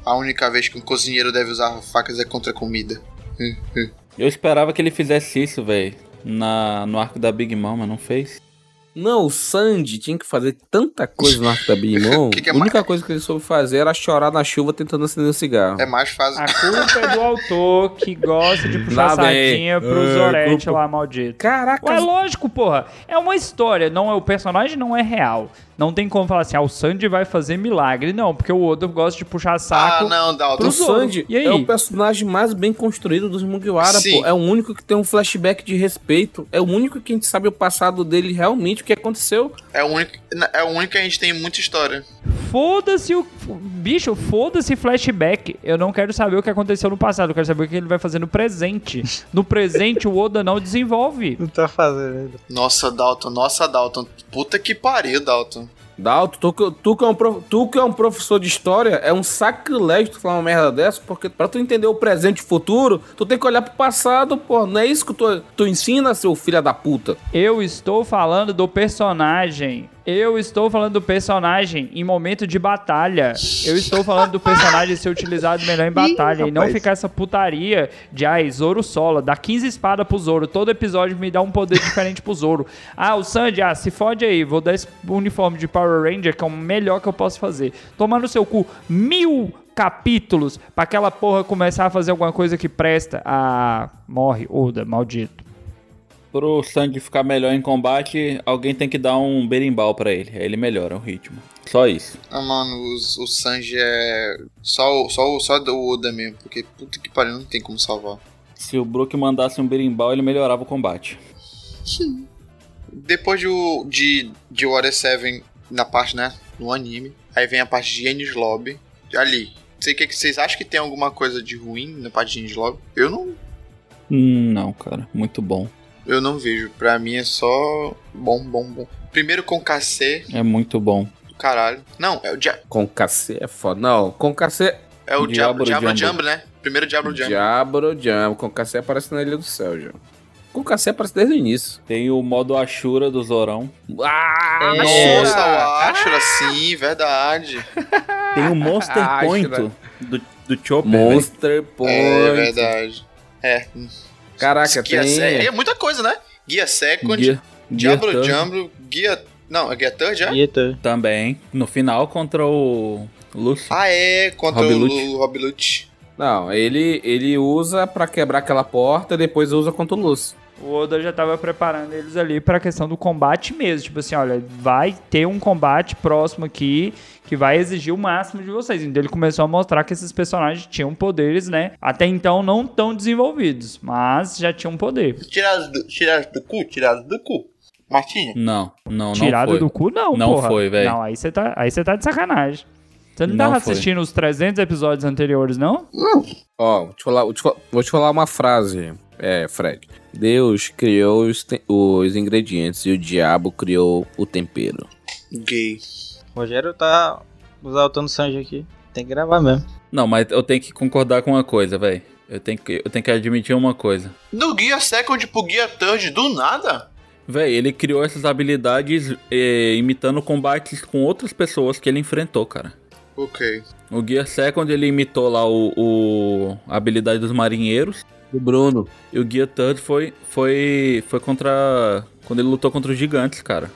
A: A única vez que um cozinheiro deve usar facas é contra comida.
F: Eu esperava que ele fizesse isso, velho, na no arco da Big Mom, mas não fez.
D: Não, o Sandy tinha que fazer tanta coisa no arco da Big Mom.
A: Que que é
D: a única
A: mais?
D: coisa que ele soube fazer era chorar na chuva tentando acender um cigarro.
A: É mais fácil.
E: A culpa é do autor que gosta de puxar
D: Lá vem.
E: sardinha pro
D: É,
E: Zorete
D: culpa-
E: lá maldito.
D: Caraca,
E: Ué, lógico, porra. É uma história, não é o personagem não é real. Não tem como falar assim, ah, o Sandy vai fazer milagre. Não, porque o Odo gosta de puxar
A: Ah,
E: saco.
A: não, Dalton.
D: o
E: pro Zoro.
D: Sandy
E: E aí?
D: é o personagem mais bem construído dos Mugiwara,
A: Sim.
D: pô. É o único que tem um flashback de respeito. É o único que a gente sabe o passado dele realmente, o que aconteceu.
A: É o único, é o único que a gente tem muita história.
E: Foda-se o. Bicho, foda-se flashback. Eu não quero saber o que aconteceu no passado. Eu quero saber o que ele vai fazer no presente. No presente, o Oda não desenvolve.
G: Não tá fazendo ainda.
A: Nossa, Dalton, nossa, Dalton. Puta que pariu, Dalton.
D: Dalton, tu, que- tu, que é um prof- tu que é um professor de história, é um sacrilégio tu falar uma merda dessa, porque pra tu entender o presente e o futuro, tu tem que olhar pro passado, pô. Não é isso que tu, tu ensina, seu filho da puta.
E: Eu estou falando do personagem. Eu estou falando do personagem em momento de batalha. Eu estou falando do personagem ser utilizado melhor em batalha. e não ficar essa putaria de, ai, Zoro sola. Dá 15 espadas pro Zoro. Todo episódio me dá um poder diferente pro Zoro. Ah, o Sandy, ah, se fode aí. Vou dar esse uniforme de Power Ranger, que é o melhor que eu posso fazer. Tomar no seu cu mil capítulos pra aquela porra começar a fazer alguma coisa que presta. Ah, morre, Oda, maldito.
F: Pro Sandy ficar melhor em combate, alguém tem que dar um berimbau pra ele. Aí ele melhora o ritmo. Só isso.
A: Ah, mano, os- o, Sanji é. Só, o- só, o- só o Oda mesmo, porque puta que pariu, não tem como salvar.
F: Se o Brook mandasse um berimbau, ele melhorava o combate.
A: Depois de, o- de, de Water 7, na parte, né? No anime, aí vem a parte de Enies Lobby. Ali. Sei que que vocês acham que tem alguma coisa de ruim na parte de Enies Lobby? Eu não,
F: Hum, Não, cara. Muito bom.
A: eu não vejo. Pra mim é só. Bom, bom, bom. Primeiro com KC,
F: É muito bom.
A: do caralho. Não, é o, dia,
D: Concacê é foda. Não, Concacê
A: é o Diablo,
F: Diablo
A: Diablo
F: Jumbo.
A: Jumbo, né? Primeiro Diablo Jumbo.
D: Diablo, Diablo. Concacê aparece na Ilha do Céu, já. Concacê aparece desde o início.
F: Tem o modo Ashura do Zorão.
D: Ah,
A: É, Nossa, o Ashura, sim, verdade.
F: Tem o Monster
D: Ashura.
F: Point do, do Chopper. velho.
D: Monster Point.
A: É verdade. É.
D: Caraca,
A: Guia
D: tem...
A: Se- é muita coisa, né? Guia Second,
F: Gear-
A: Diablo
F: Gear Thumb
A: Jumbo, Guia. Não, é Guia Third já?
G: Eita.
F: Também. No final contra o Luffy.
A: Ah, é, contra
F: Rob
A: o
F: Lute.
A: Lu- Rob Lute.
D: Não, ele, ele usa pra quebrar aquela porta e depois usa contra o Lúcio.
E: O Oda já tava preparando eles ali pra questão do combate mesmo. Tipo assim, olha, vai ter um combate próximo aqui que vai exigir o máximo de vocês. Então ele começou a mostrar que esses personagens tinham poderes, né? Até então não tão desenvolvidos, mas já tinham poder.
A: Tirado do, tirado do cu, tirado do cu. Martinha.
F: Não, não, não
E: Tirado
F: foi.
E: do cu, não,
F: Não
E: porra.
F: foi, velho.
E: Não, aí você tá, aí você tá de sacanagem. Você não,
F: Não
E: tava
F: foi.
E: assistindo os 300 episódios anteriores, não?
D: Ó, vou te, falar, vou, te fa- vou te falar uma frase, é, Fred. Deus criou os, te- os ingredientes e o diabo criou o tempero.
A: Gay.
G: O Rogério tá exaltando o Sanji aqui. Tem que gravar mesmo.
F: Não, mas eu tenho que concordar com uma coisa, velho. Eu tenho, que, eu tenho que admitir uma coisa.
A: Do Guia Second pro Guia Third, do nada?
F: Véi, ele criou essas habilidades eh, imitando combates com outras pessoas que ele enfrentou, cara.
A: Ok.
F: O Gear Second ele imitou lá o, o- a habilidade dos marinheiros.
D: O Bruno.
F: E o Gear Third foi, foi, foi contra. Quando ele lutou contra os gigantes, cara.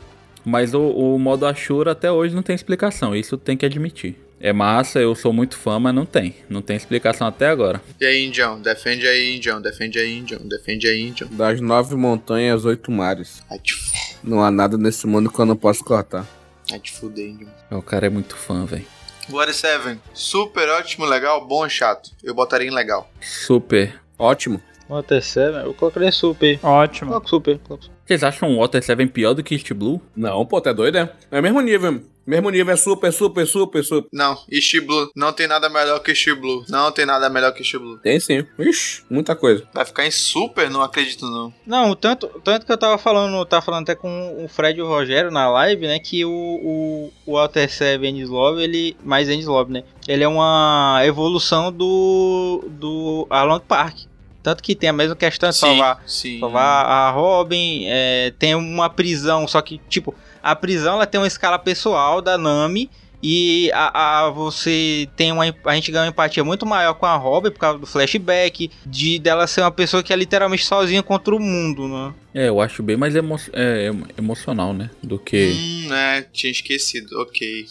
F: Mas o, o modo Ashura até hoje não tem explicação, isso tem que admitir. É massa, eu sou muito fã, mas não tem. Não tem explicação até agora.
A: E aí, Indião? Defende aí, Indião. Defende aí, Indião. Defende aí, Indião.
D: Das nove montanhas, aos oito mares.
A: Ai, te, f...
D: Não há nada nesse mundo que eu não posso cortar.
A: Ai, te fudei, Indião.
F: O cara é muito fã, velho.
A: Water 7. Super, ótimo, legal, bom, chato. Eu botaria em legal.
F: Super.
D: Ótimo.
G: Uma terceira, né? eu colocaria super.
E: Ótimo.
G: Coloca super, coloca super.
F: Vocês acham o Water 7 pior do que East Blue?
D: Não, pô, tá doido, é? É o mesmo nível. Mesmo nível é super, super, super, super.
A: Não, East Blue. Não tem nada melhor que East Blue. Não tem nada melhor que East Blue.
D: Tem sim. Ixi, muita coisa.
A: Vai ficar em super? Não acredito, não.
G: Não, o tanto, o tanto que eu tava falando, eu tava falando até com o Fred e o Rogério na live, né? Que o, o, o Alter 7 End's Love, ele. Mais End's Love, né? Ele é uma evolução do. do Alan Park. Tanto que tem a mesma questão de salvar,
A: sim.
G: salvar a Robin, é, tem uma prisão, só que, tipo, a prisão ela tem uma escala pessoal da Nami. E a, a- você tem uma. em- A gente ganha uma empatia muito maior com a Robin por causa do flashback. De dela ser uma pessoa que é literalmente sozinha contra o mundo, né?
F: É, eu acho bem mais emo- é, emo- emocional, né? Do que.
A: Hum, é, tinha esquecido. Ok.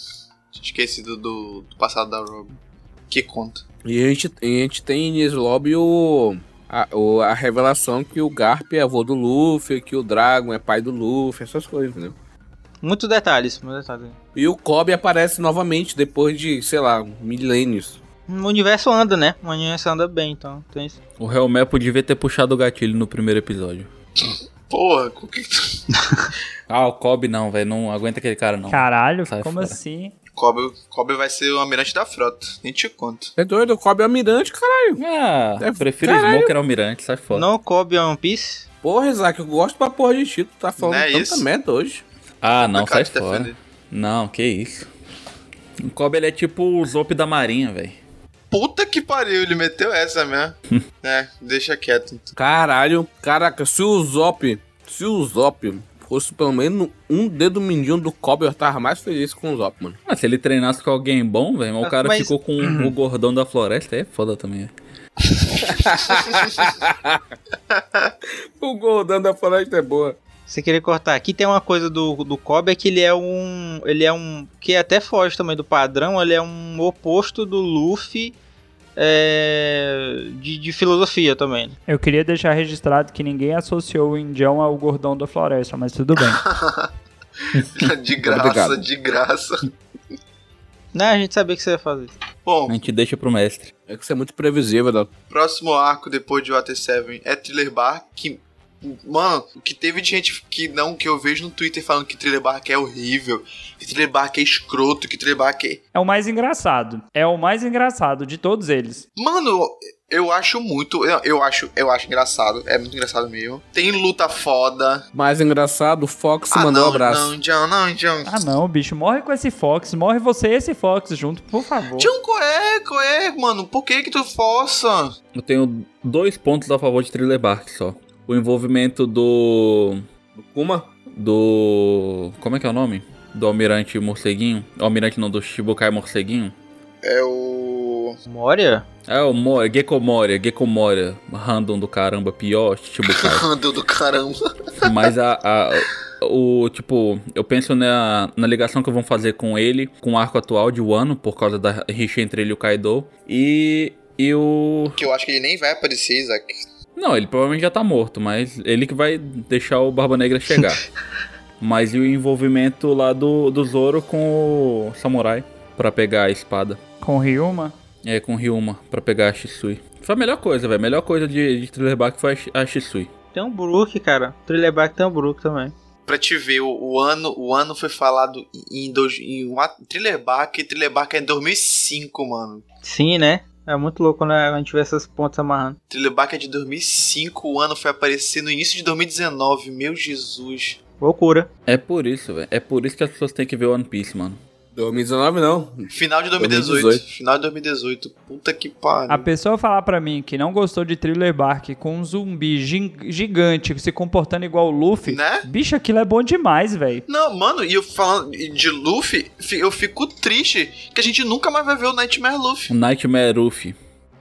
A: Tinha esquecido do, do passado da Robin. Que conta.
D: E a gente, e a gente tem em Lobby o. A, o- a revelação que o Garp é avô do Luffy, que o Dragon é pai do Luffy, essas coisas, entendeu?
G: Muitos detalhes, muitos detalhes.
D: E o Kobe aparece novamente depois de, sei lá, milênios.
G: O universo anda, né? O universo anda bem, então. Tem isso.
F: O Hellmap devia ter puxado o gatilho no primeiro episódio.
A: Porra, com que que tu...
F: Ah, o Kobe não, velho. Não aguenta aquele cara, não.
E: Caralho,
F: Sai
E: como
F: fora.
E: assim?
A: Kobe, Kobe vai ser o almirante da frota. Nem te conto.
D: É doido, o Kobe é almirante, caralho.
F: Ah,
D: É,
F: prefiro
D: caralho.
F: Smoker ao Mirante, sai fora.
G: Não coube One Piece.
D: Porra, Isaac, eu gosto pra porra de título, tá falando
A: Não é
D: tanta
A: isso?
D: merda hoje.
F: Ah, não,
A: Acaba
F: sai
A: de
F: fora.
A: defender.
F: Não, que isso. O Kobe ele é tipo o Zop da Marinha, velho.
A: Puta que pariu, ele meteu essa mesmo. é, deixa quieto. então.
D: Caralho, caraca, se o Zop, se o Zop fosse pelo menos um dedo mindinho do Kobe, eu tava mais feliz com o Zop, mano.
F: Ah, se ele treinasse com alguém bom, velho, mas o
G: Ah,
F: cara
G: mas-
F: ficou com o gordão da floresta, aí é foda também. é.
D: O Gordão da Floresta é boa.
G: Você queria cortar. Aqui tem uma coisa do, do Kobe, é que ele é um. Ele é um. Que até foge também do padrão, ele é um oposto do Luffy é, de, de filosofia também. né?
E: Eu queria deixar registrado que ninguém associou o Indião ao gordão da floresta, mas tudo bem.
A: De graça,
D: Obrigado.
A: de graça.
G: Né? A gente sabia que você ia fazer.
A: Bom,
F: A gente deixa pro mestre.
D: É que isso é muito previsível, Dal.
A: próximo arco depois de Water 7 é Thriller Bar, que. Mano, o que teve de gente que não, que eu vejo no Twitter falando que Thriller Bark é horrível, que Thriller Bark é escroto, que Thriller Bark é.
E: É o mais engraçado. É o mais engraçado de todos eles.
A: Mano, eu acho muito. Eu, eu acho, eu acho engraçado. É muito engraçado mesmo. Tem luta foda.
D: Mais é engraçado, o Fox
A: ah,
D: mandou
A: não,
D: um abraço.
A: Não, John, não, John.
E: Ah não, bicho, morre com esse Fox, morre você e esse Fox junto, por favor.
A: John, qual é, qual é, mano? Por que que tu força?
F: Eu tenho dois pontos a favor de Thriller Bark só. O envolvimento do.
D: Do Kuma?
F: Do. Como é que é o nome? Do Almirante Morceguinho. Almirante não, do Shibukai Morceguinho.
A: É o.
G: Moria?
F: É o Moria, Gecko Moria, Gecko Moria. Random do caramba, pior Shibukai.
A: Handel do caramba.
F: Mas a, a- o tipo, eu penso na, na ligação que vão fazer com ele, com o arco atual de Wano, por causa da rixa entre ele e o Kaido. E, e o.
A: Que eu acho que ele nem vai aparecer, Isaac.
F: Não, ele provavelmente já tá morto, mas ele que vai deixar o Barba Negra chegar. mas e o envolvimento lá do, do Zoro com o Samurai pra pegar a espada.
E: Com Ryuma.
F: É, com o Ryuma pra pegar a Shisui. Foi a melhor coisa, velho. A melhor coisa de, de Thriller Bark foi a Shi- a Shisui.
G: Tem um Brook, cara. Trilheback tem um Brook também.
A: Pra te ver, o, o ano o ano foi falado em, dois, em um ato- Thriller Bark, e Thriller Bark é em 2005, mano.
G: Sim, né? É muito louco quando a gente vê essas pontas amarrando.
A: Thriller Bark é de 2005, o ano foi aparecer no início de 2019, meu Jesus.
G: Loucura.
F: É por isso, velho. É por isso que as pessoas têm que ver One Piece, mano.
D: 2019 não.
A: Final de 2018.
D: 2018.
A: Final de 2018. Puta que
E: A
A: pariu.
E: pessoa falar pra mim que não gostou de Thriller Bark com um zumbi gin- gigante se comportando igual o Luffy,
A: Né?
E: bicho, aquilo é bom demais, velho.
A: Não, mano, e eu falando de Luffy, fi- eu fico triste que a gente nunca mais vai ver o Nightmare Luffy.
F: O Nightmare Luffy.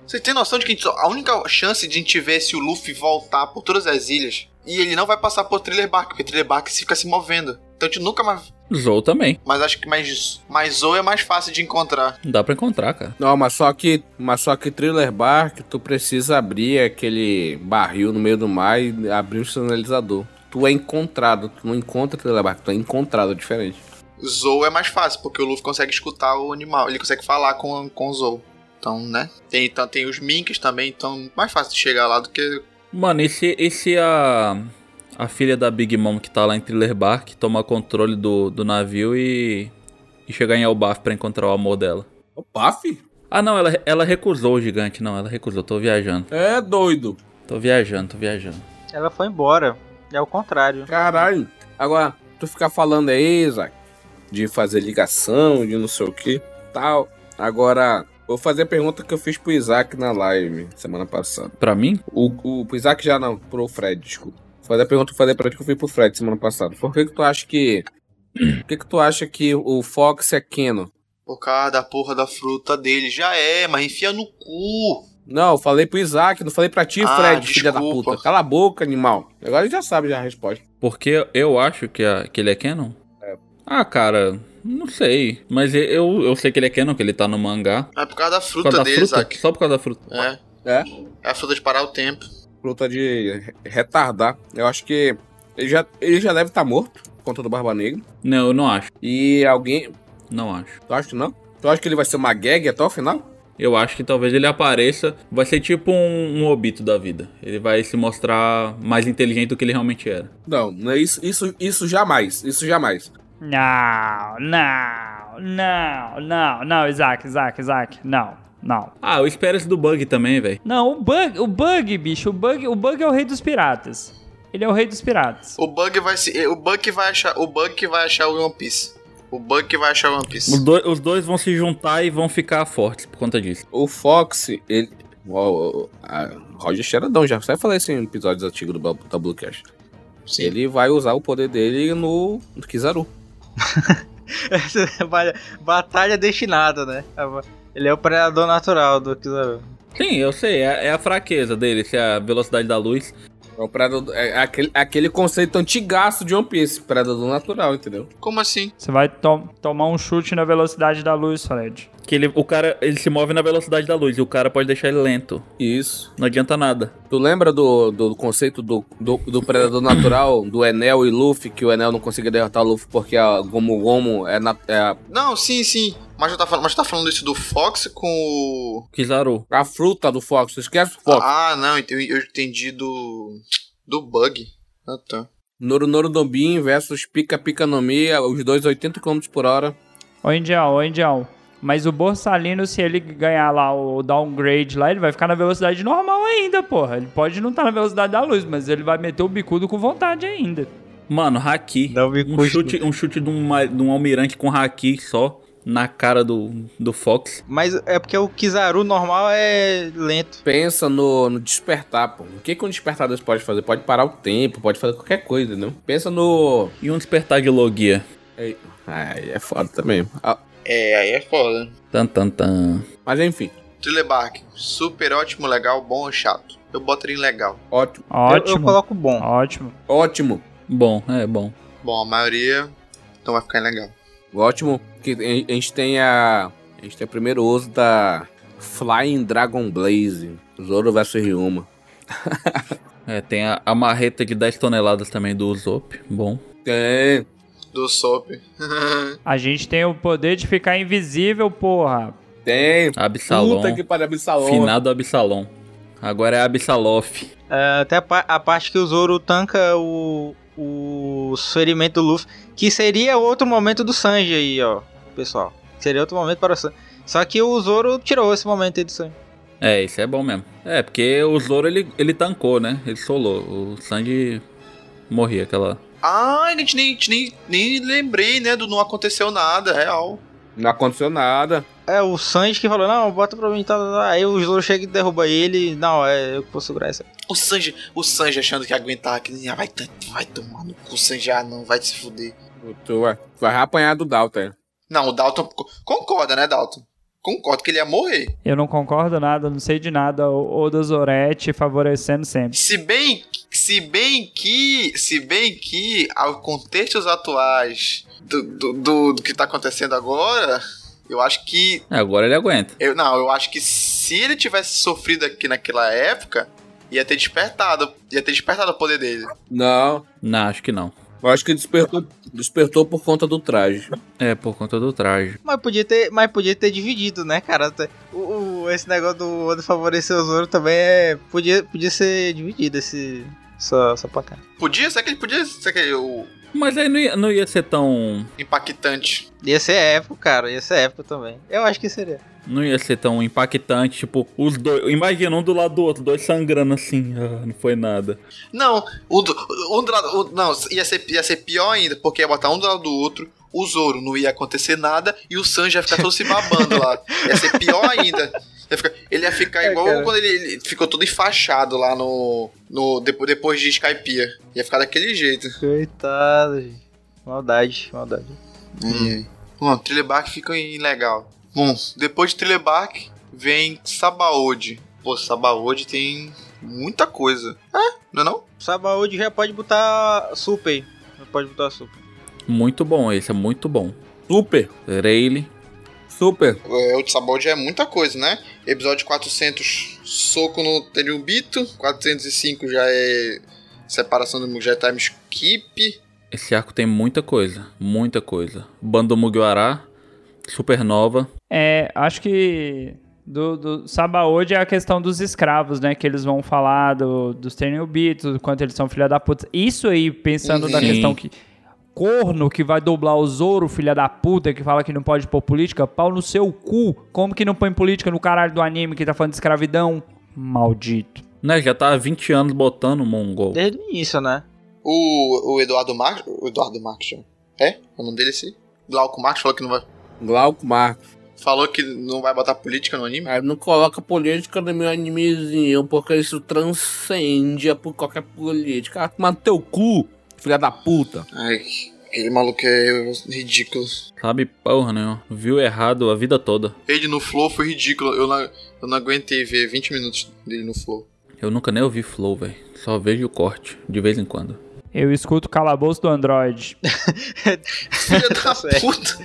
A: Vocês têm noção de que a gente só- a única chance de a gente ver é se o Luffy voltar por todas as ilhas e ele não vai passar por Thriller Bark, porque Thriller Bark fica se movendo. Então a gente nunca mais.
F: Zou também.
A: Mas acho que mais, mais Zou é mais fácil de encontrar.
F: Dá pra encontrar, cara.
D: Não, mas só que, mas só que Thriller Bark, tu precisa abrir é aquele barril no meio do mar e abrir o sinalizador. Tu é encontrado, tu não encontra Thriller Bark, tu é encontrado, é diferente.
A: Zou é mais fácil, porque o Luffy consegue escutar o animal, ele consegue falar com, com o Zou. Então, né? Tem, então, tem os Minks também, então mais fácil de chegar lá do que
F: Mano, e se, e se é a, a filha da Big Mom que tá lá em Thriller Bark tomar controle do, do navio e, e chegar em Elbaf pra encontrar o amor dela.
I: O Paf?
F: Ah, não, ela, ela recusou o gigante, não, ela recusou, tô viajando.
I: É doido.
F: Tô viajando, tô viajando.
G: Ela foi embora. É o contrário.
D: Caralho. Agora, tu ficar falando aí, Isaac, de fazer ligação, de não sei o que, tal. Agora, vou fazer a pergunta que eu fiz pro Isaac na live semana passada.
F: Pra mim?
D: O, o pro Isaac já não, pro Fred, desculpa. Fazer a pergunta que eu falei pra ti que eu fiz pro Fred semana passada. Por que que tu acha que... Por que que tu acha que o Fox é Keno?
A: Por causa da porra da fruta dele. Já é, mas enfia no cu.
D: Não, eu falei pro Isaac, não falei pra ti,
A: Ah,
D: Fred, filha da
A: desculpa.
D: puta. Cala a boca, animal. Agora ele já sabe já a resposta.
F: Porque eu acho que, a- que ele é canon. Ah, cara, não sei. Mas eu, eu sei que ele é canon, que ele tá no mangá.
A: É por causa da
F: Por
A: fruta
F: causa da
A: dele,
F: fruta?
A: Isaac.
F: Só por causa da fruta.
A: É.
D: É?
A: É a fruta de parar o tempo.
D: Luta de re- retardar. Eu acho que ele já, ele já deve estar morto, por conta do Barba Negra.
F: Não, eu não acho.
D: E alguém...
F: Não acho.
D: Tu acha que não? Tu acha que ele vai ser uma gag até o final?
F: Eu acho que talvez ele apareça. Vai ser tipo um, um obito da vida. Ele vai se mostrar mais inteligente do que ele realmente era.
D: Não, não é isso, isso, isso jamais, isso jamais.
E: Não, não, não, não, não, Isaac, Isaac, Isaac, não, não.
F: Ah, eu espero esse do bug também, velho.
E: Não, o Bug, o Bug, bicho, o Bug, o Bug é o rei dos piratas. Ele é o rei dos piratas.
A: O Bug vai se. O Bug que vai achar. O Bug que vai achar o One Piece. O Bug que vai achar o One Piece.
F: Os, dois- os dois vão se juntar e vão ficar fortes por conta disso.
D: O Fox, ele... Ó, ó, a Roger Sheradão já sabe falar isso em episódios antigos do Bel- da Bluecast. Ele vai usar o poder dele no, no Kizaru.
G: Batalha- Batalha destinada, né? Ele é o predador natural do Kizaru.
F: Sim, eu sei. É, é a fraqueza dele, se é a velocidade da luz.
D: É, o predador- é aquele, aquele conceito antigaço de One Piece, predador natural, entendeu?
A: Como assim?
E: Você vai to- tomar um chute na velocidade da luz, Fred.
F: Que ele, o cara, ele se move na velocidade da luz e o cara pode deixar ele lento.
D: Isso.
F: Não adianta nada.
D: Tu lembra do, do conceito do, do, do predador natural, do Enel e Luffy, que o Enel não conseguia derrotar o Luffy porque a Gomu Gomu é, na, é a,
A: Não, sim, sim. Mas tu tá, falando- mas tu tá falando isso do Fox com o.
F: Kizaru.
D: a fruta do Fox, tu esquece o Fox.
A: Ah, não, ent- eu entendi do. Do Bug. Ah, tá.
D: Noru Noru Dombin versus Pika Pika no Mi, os dois 80 km por hora.
E: Ô, Indião, ô, Indião. Mas o Borsalino, se ele ganhar lá o downgrade lá, ele vai ficar na velocidade normal ainda, porra. Ele pode não estar na velocidade da luz, mas ele vai meter o bicudo com vontade ainda.
F: Mano, Haki.
G: Dá um
F: Um
G: bicudo.
F: chute, um chute de, um, ma- de um almirante com Haki só na cara do, do Fox.
G: Mas é porque o Kizaru normal é lento.
D: Pensa no, no despertar, pô. O que, que um despertador pode fazer? Pode parar o tempo, pode fazer qualquer coisa, entendeu? Pensa no.
F: E um despertar de Logia.
D: Ah, é foda também. Ah,
A: É, aí é foda.
F: Tan, tan, tan.
D: mas enfim,
A: Trilebark, super ótimo, legal, bom ou chato? Eu boto ele em legal.
D: ótimo.
G: Eu-
E: Ótimo.
G: Eu, coloco bom.
E: Ótimo.
D: Ótimo.
F: Bom, é bom.
A: Bom, a maioria então vai ficar em legal.
D: Ótimo que a gente tem a. A gente tem o primeiro uso da Flying Dragon Blaze. Zoro vs Ryuma.
F: É, tem a, a marreta de 10 toneladas também do Usopp. Bom.
D: Tem.
A: Do Sop.
E: A gente tem o poder de ficar invisível, porra.
D: Tem.
F: Absalom.
D: Puta que pariu, Absalom.
F: Finado Absalom. Agora é Absalof.
G: Ah, até a, pa- a parte que o Zoro tanca o, o ferimento do Luffy. Que seria outro momento do Sanji aí, ó. Pessoal. Seria outro momento para o Sanji. Só que o Zoro tirou esse momento aí do Sanji.
F: É, isso é bom mesmo. É, porque o Zoro ele, ele tancou, né? Ele solou. O Sanji morria aquela.
A: ah, a gente, nem, a gente nem, nem lembrei, né? Do não aconteceu nada, real.
D: Não aconteceu nada.
G: É o Sanji que falou, não, bota pra mim, tá, tá, tá. Aí o Zoro chega e derruba ele. Não, é eu que vou segurar essa.
A: O Sanji, o Sanji achando que ia aguentar aqui. Ah, vai, t- vai tomar no cu, Sanji. Ah, não, vai se fuder.
D: Tu vai, tu vai apanhar do Dalton.
A: Não, o Dalton co- concorda, né, Dalton? Concordo que ele ia morrer.
E: Eu não concordo nada, não sei de nada. O Oda Zoretti favorecendo sempre.
A: Se bem, se bem que, se bem que, ao contextos atuais do, do, do, do que tá acontecendo agora, eu acho que,
F: É, agora ele aguenta.
A: eu, não, eu acho que se ele tivesse sofrido aqui naquela época, ia ter despertado, ia ter despertado o poder dele.
D: Não.
F: Não, acho que não.
D: Eu acho que despertou, despertou por conta do traje.
F: É, por conta do traje.
G: Mas podia ter, mas podia ter dividido, né, cara? O, o- esse negócio do Oda favorecer o Zoro também é. Podia, podia ser dividido esse, essa, essa placa.
A: Podia? Será que ele podia? Será que ele, o
F: Mas aí não ia, não ia ser tão.
A: impactante?
G: Ia ser épico, cara. Ia ser épico também. Eu acho que seria.
F: Não ia ser tão impactante, tipo, os dois. Imagina um do lado do outro, dois sangrando assim. Ah, não foi nada.
A: Não, um do, um do lado. um- não, ia ser, ia ser pior ainda, porque ia botar um do lado do outro, o Zoro não ia acontecer nada e o Sanji ia ficar todo se babando lá. Ia ser pior ainda. Ia ficar- ele ia ficar
G: É,
A: igual
G: cara.
A: quando ele, ele ficou todo enfaixado lá no. no depois, depois de Skypiea. Ia ficar daquele jeito.
G: Coitado, gente. Maldade, maldade.
A: Hum. Bom, Trellebark fica em legal. Bom, depois de Trellebark vem Sabaody. Pô, Sabaody tem muita coisa. É, não é não?
G: Sabaody já pode botar super. Já pode botar super.
F: Muito bom, esse é muito bom. Super! Rayleigh.
D: Super.
A: É, o de Sabaody é muita coisa, né? Episódio 400, soco no Teriumbito. 405 já é separação do Mugi, já é time skip.
F: Esse arco tem muita coisa, muita coisa. Bando Mugiwara, Supernova.
E: É, acho que do, do Sabaody é a questão dos escravos, né? Que eles vão falar do, dos Ternubitos, do quanto eles são filha da puta. Isso aí, pensando na
F: Sim.
E: questão que. Corno que vai doblar o Zoro, filha da puta, que fala que não pode pôr política, pau no seu cu. Como que não põe política no caralho do anime que tá falando de escravidão? Maldito.
F: Né, já tá há 20 anos botando Mongol.
G: Desde o início, né?
A: O, o Eduardo Marques. O Eduardo Marques, é? É o nome dele esse? Glauco Marques falou que não vai.
D: Glauco Marcos.
A: Falou que não vai botar política no anime?
D: Aí não coloca política no meu animezinho, porque isso transcende a por qualquer política. Ah, toma no teu cu, filha da puta.
A: Ai, aquele maluco é ridículo.
F: Sabe porra nenhuma. Viu errado a vida toda.
A: Ele no Flow foi ridículo. Eu não, eu não aguentei ver 20 minutos dele no Flow.
F: Eu nunca nem ouvi Flow, velho. Só vejo o corte, de vez em quando.
E: Eu escuto o calabouço do Android.
A: Filha da
G: Tá certo.
A: puta!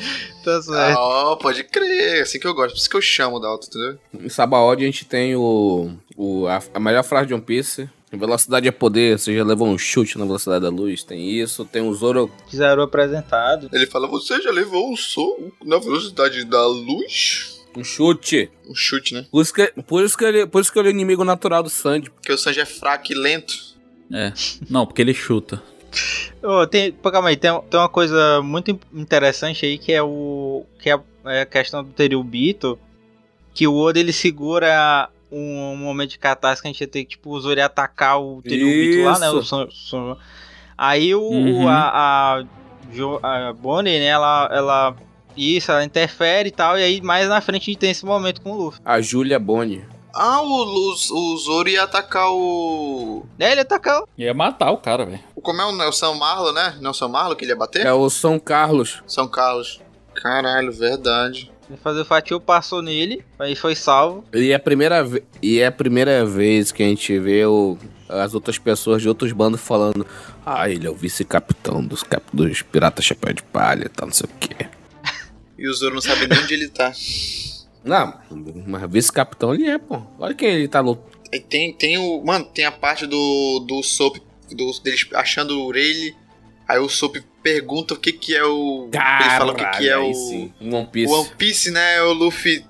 G: Tá
A: Ah,
G: certo.
A: ó, pode crer, assim que eu gosto. Por isso que eu chamo da alta, entendeu?
D: Em Sabaody a gente tem o, o a, a melhor frase de One Piece. Velocidade é poder, você já levou um chute na velocidade da luz, tem isso. Tem o Zoro
G: Que Zero apresentado.
A: Ele fala: Você já levou um soco na velocidade da luz?
D: um chute.
A: Um chute, né?
D: Por isso que, por isso que, ele, por isso que ele é o inimigo natural do Sandy.
A: Porque o Sanji é fraco e lento.
F: É. Não, porque ele chuta.
G: Ô, tem, pô, calma aí, tem, tem uma coisa muito in- interessante aí que é o. que é, é a questão do Terubito. Que o Oda ele segura um, um momento de catástrofe que a gente ia ter que, tipo, o Zoro ia atacar o Terubito lá, né?
D: Isso.
G: O Son- Son- Aí o,
F: Uhum.
G: o- a, a, Jo- a Bonnie, né, ela, ela. Isso, ela interfere e tal. E aí mais na frente a gente tem esse momento com o Luffy.
D: A Julia Bonnie.
A: Ah, o, o, o Zoro ia atacar o.
G: Né, ele atacou.
F: Ia matar o cara, velho.
A: o- Como é o Nelson Marlo, né? Nelson Marlo que ele ia bater?
D: É o São Carlos.
A: São Carlos. Caralho, verdade.
G: Ele fazer o fatio, passou nele, aí foi salvo.
D: E é, a primeira ve- e é a primeira vez que a gente vê o- as outras pessoas de outros bandos falando Ah, ele é o vice-capitão dos, cap- dos piratas chapéu de palha e tal, não sei o quê.
A: E o Zoro não sabe nem onde ele tá.
D: Não, mas vice-capitão ele é, pô. Olha quem ele tá lutando.
A: Aí Tem, tem o. Mano, tem a parte do. do Soap. Do, deles achando o Rayleigh. Aí o Soap pergunta o que que é o. ele fala o que que é
D: aí
A: o.
D: sim, um One
A: o
D: Piece.
A: One Piece, né? O Luffy.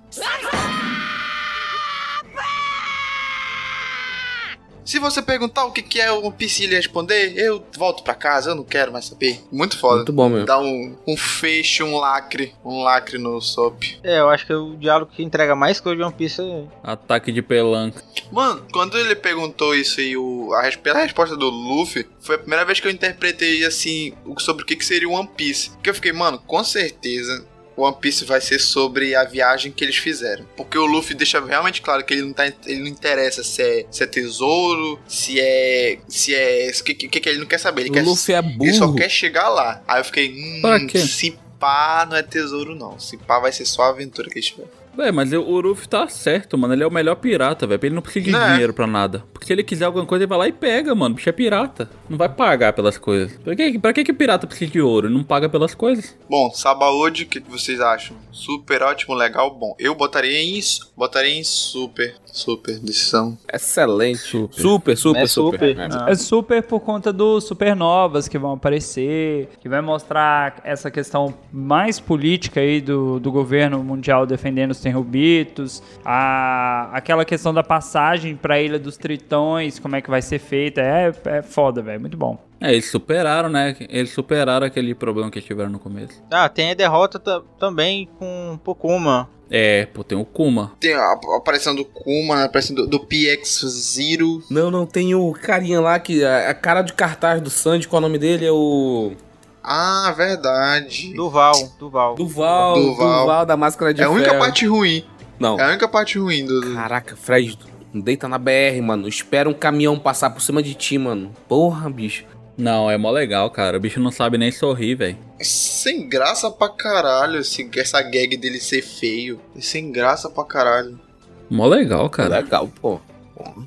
A: Se você perguntar o que que é o One Piece e ele responder, eu volto pra casa, eu não quero mais saber. Muito foda.
D: Muito bom mesmo.
A: Dá um, um fecho, um lacre. Um lacre no Soap.
G: É, eu acho que o diálogo que entrega mais coisa de One Piece é
F: Ataque de pelanca.
A: Mano, quando ele perguntou isso e o, a, res- pela resposta do Luffy, foi a primeira vez que eu interpretei assim o- sobre o que, que seria o One Piece. Porque eu fiquei, mano, com certeza o One Piece vai ser sobre a viagem que eles fizeram. Porque o Luffy deixa realmente claro que ele não, tá, ele não interessa se é, se é tesouro, se é. se é. O que, que, que ele não quer saber. Ele,
D: O
A: quer,
D: Luffy é
A: ele só
D: burro.
A: quer chegar lá. Aí eu fiquei, hum,
F: Pra quê?
A: se pá não é tesouro, não. Se pá vai ser só a aventura que eles tiveram.
F: Véi, mas eu- o Ruff tá certo, mano. Ele é o melhor pirata, velho. Ele não precisa de
A: Né?
F: dinheiro pra nada. Porque se ele quiser alguma coisa, ele vai lá e pega, mano. O bicho é pirata. Não vai pagar pelas coisas. Pra que, pra que, que pirata precisa de ouro? Ele não paga pelas coisas.
A: Bom, Sabaody, o que, que vocês acham? Super, ótimo, legal, bom. Eu botaria em, botaria em super. Super, decisão.
D: Excelente. Super, super, super.
G: É super.
D: É.
E: É super por conta dos supernovas que vão aparecer, que vai mostrar essa questão mais política aí do, do governo mundial defendendo os tenrubitos, a, aquela questão da passagem pra Ilha dos Tritões, como é que vai ser feita, é, é foda, velho, muito bom.
F: É, eles superaram, né? Eles superaram aquele problema que eles tiveram no começo.
G: Ah, tem a derrota ta- também com Pokuma.
F: É, pô, tem o Kuma.
A: Tem a a aparição do Kuma, a aparição do, do PX Zero.
D: Não, não, tem o carinha lá que. A, a cara de cartaz do Sandy, qual é o nome dele? É o.
A: Ah, verdade.
G: Duval, Duval.
D: Duval.
A: Duval.
D: Duval, da máscara de
A: é a única
D: ferro.
A: parte ruim.
D: Não.
A: É a única parte ruim do. do-
D: Caraca, Fred, deita na BR, mano. Espera um caminhão passar por cima de ti, mano. Porra, bicho.
F: Não, é mó legal, cara. O bicho não sabe nem sorrir, velho.
A: Sem graça pra caralho esse, essa gag dele ser feio. Sem graça pra caralho.
F: Mó legal, cara.
D: Legal, pô. O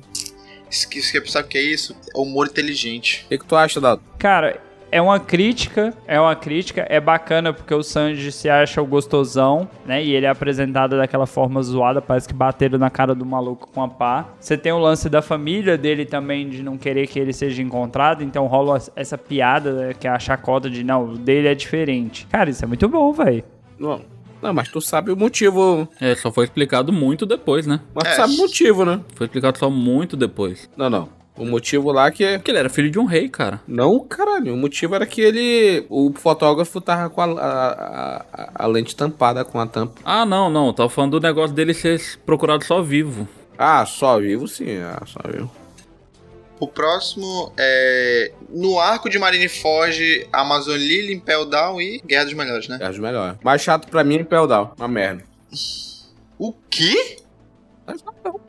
A: Isso que, isso que, sabe o que é isso? É humor inteligente.
D: que, que tu acha, Dado?
E: Cara, é uma crítica, é uma crítica, é bacana porque o Sanji se acha o gostosão, né? E ele é apresentado daquela forma zoada, parece que bateram na cara do maluco com a pá. Você tem o lance da família dele também, de não querer que ele seja encontrado, então rola essa piada, né, que é a chacota de, não, o dele é diferente. Cara, isso é muito bom, velho.
D: Não. Não, mas tu sabe o motivo.
F: É, só foi explicado muito depois, né?
D: Mas tu
A: É.
D: sabe o motivo, né?
F: Foi explicado só muito depois.
D: Não, não. O motivo lá que é.
F: Porque ele era filho de um rei, cara.
D: Não, caralho. O motivo era que ele. O fotógrafo tava com a, a- a- a lente tampada com a tampa.
F: Ah, não, não. Tava falando do negócio dele ser procurado só vivo.
D: Ah, só vivo sim. Ah, só vivo.
A: O próximo é. No arco de Marineford, Amazon Lily, Impel Down e Guerra dos Melhores, né?
D: É os melhores. Mais chato pra mim é Impel Down. Uma merda.
A: O quê?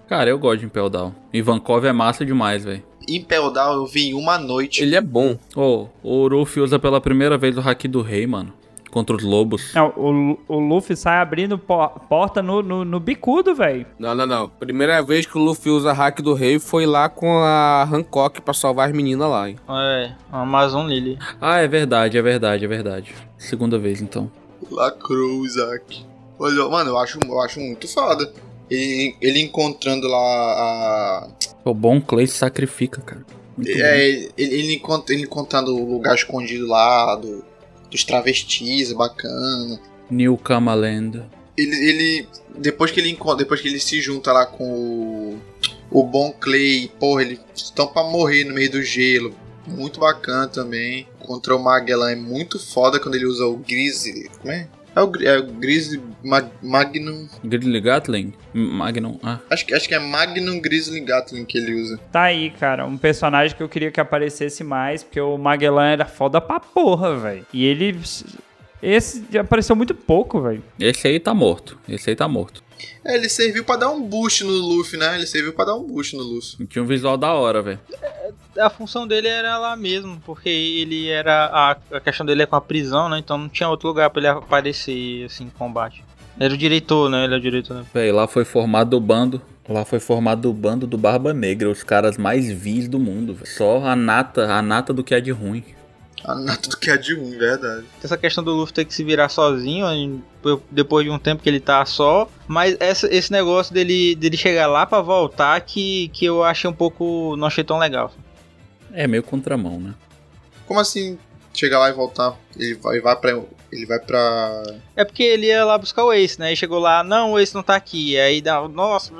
F: Cara, eu gosto de Impel Down. Ivankov é massa demais, velho.
A: Impel Down eu vi em uma noite.
D: Ele é bom.
F: Ô, o Ruffy usa pela primeira vez o Haki do Rei, mano. Contra os lobos.
E: Não, o, Lu- o Luffy sai abrindo por- porta no, no, no bicudo, velho.
D: Não, não, não. Primeira vez que o Luffy usa hack do rei foi lá com a Hancock pra salvar as meninas lá, hein?
G: É, Amazon Lily.
F: Ah, é verdade, é verdade, é verdade. Segunda vez, então.
A: Lacrou, Isaac. Olha, mano, eu acho, eu acho muito foda. Ele, ele encontrando lá a.
F: O bom Clay se sacrifica, cara. Muito bom.
A: É, ele, ele, encont- ele encontrando o lugar escondido lá do, dos travestis, bacana.
F: New Kamaland.
A: Ele, ele- Depois que ele encontra. Depois que ele se junta lá com o. O Bon Clay, porra, eles estão pra morrer no meio do gelo. Muito bacana também. Contra o Magellan é muito foda quando ele usa o Grizzly. Como é? É o, Gri- é o Grizzly Mag- Magnum.
F: Gridley Gatling? Magnum. Ah.
A: Acho que, acho que é Magnum Grizzly Gatling que ele usa.
E: Tá aí, cara, um personagem que eu queria que aparecesse mais, porque o Magellan era foda pra porra, velho. E ele. Esse apareceu muito pouco, velho.
F: Esse aí tá morto. Esse aí tá morto.
A: É, ele serviu pra dar um boost no Luffy, né? Ele serviu pra dar um boost no Luffy.
F: Tinha um visual da hora, velho.
G: A função dele era lá mesmo, porque ele era. A, a questão dele é com a prisão, né? Então não tinha outro lugar pra ele aparecer, assim, em combate. Era o diretor, né? Ele é o diretor, né?
F: Véi, lá foi formado o bando. Lá foi formado o bando do Barba Negra, os caras mais vis do mundo, velho. Só a nata, a nata do que é de ruim.
A: Ah, não, tudo que é de ruim, verdade.
G: Essa questão do Luffy ter que se virar sozinho em- depois de um tempo que ele tá só. Mas essa- esse negócio dele, dele chegar lá pra voltar que, que eu achei um pouco. não achei tão legal.
F: É meio contramão, né?
A: Como assim chegar lá e voltar? Ele vai, vai pra. Ele vai pra.
G: É porque ele ia lá buscar o Ace, né? E chegou lá, não, o Ace não tá aqui. Aí dá, nossa,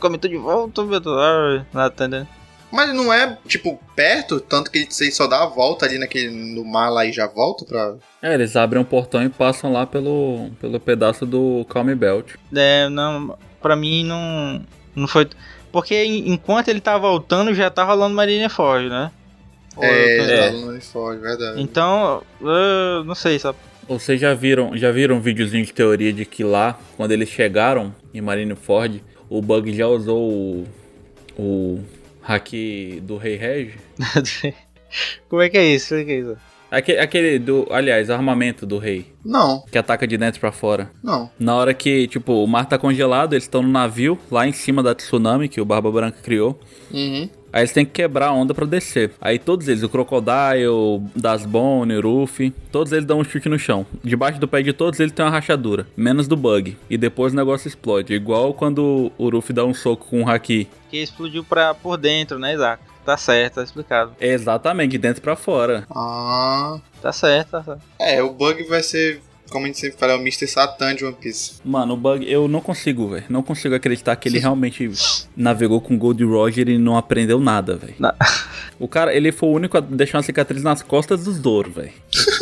G: como eu tô de volta, meu Deus. Ah, Nada, tá entendendo?
A: Mas não é, tipo, perto, tanto que ele só dá a volta ali naquele, no mar lá e já volta pra.
F: É, eles abrem um portão e passam lá pelo, pelo pedaço do Calm Belt.
G: É, não, pra mim não, não foi. Porque en- enquanto ele tá voltando, já tá rolando Marineford, né? Ou eu tô-
A: É,
F: é.
A: é. no uniforme, verdade.
G: Então, eu não sei, sabe?
F: Vocês já viram, já viram um videozinho de teoria de que lá, quando eles chegaram em Marineford, o Bug já usou o, o hack do Rei Reg?
G: Como é que é isso? Como é que é isso?
F: Aquele, aquele do, aliás, armamento do rei,
A: Não,
F: que ataca de dentro pra fora.
A: não.
F: Na hora que, tipo, o mar tá congelado, eles estão no navio, lá em cima da tsunami que o Barba Branca criou.
A: Uhum.
F: Aí eles têm que quebrar a onda pra descer. Aí todos eles, o Crocodile, o Dasbone, o Ruffy, todos eles dão um chute no chão. Debaixo do pé de todos eles tem uma rachadura, menos do Bug. E depois o negócio explode, igual quando o Ruffy dá um soco com o Haki.
G: Que explodiu pra, por dentro, né, Isaac? Tá certo, tá explicado.
F: Exatamente, de dentro pra fora.
A: Ah.
G: Tá certo, tá certo.
A: É, o bug vai ser, como a gente sempre fala, é o Mr. Satan de One Piece.
F: Mano, o Bug, eu não consigo, velho. Não consigo acreditar que ele realmente navegou com o Gold Roger e não aprendeu nada, velho.
G: Na-
F: O cara, ele foi o único a deixar uma cicatriz nas costas do Zoro, velho.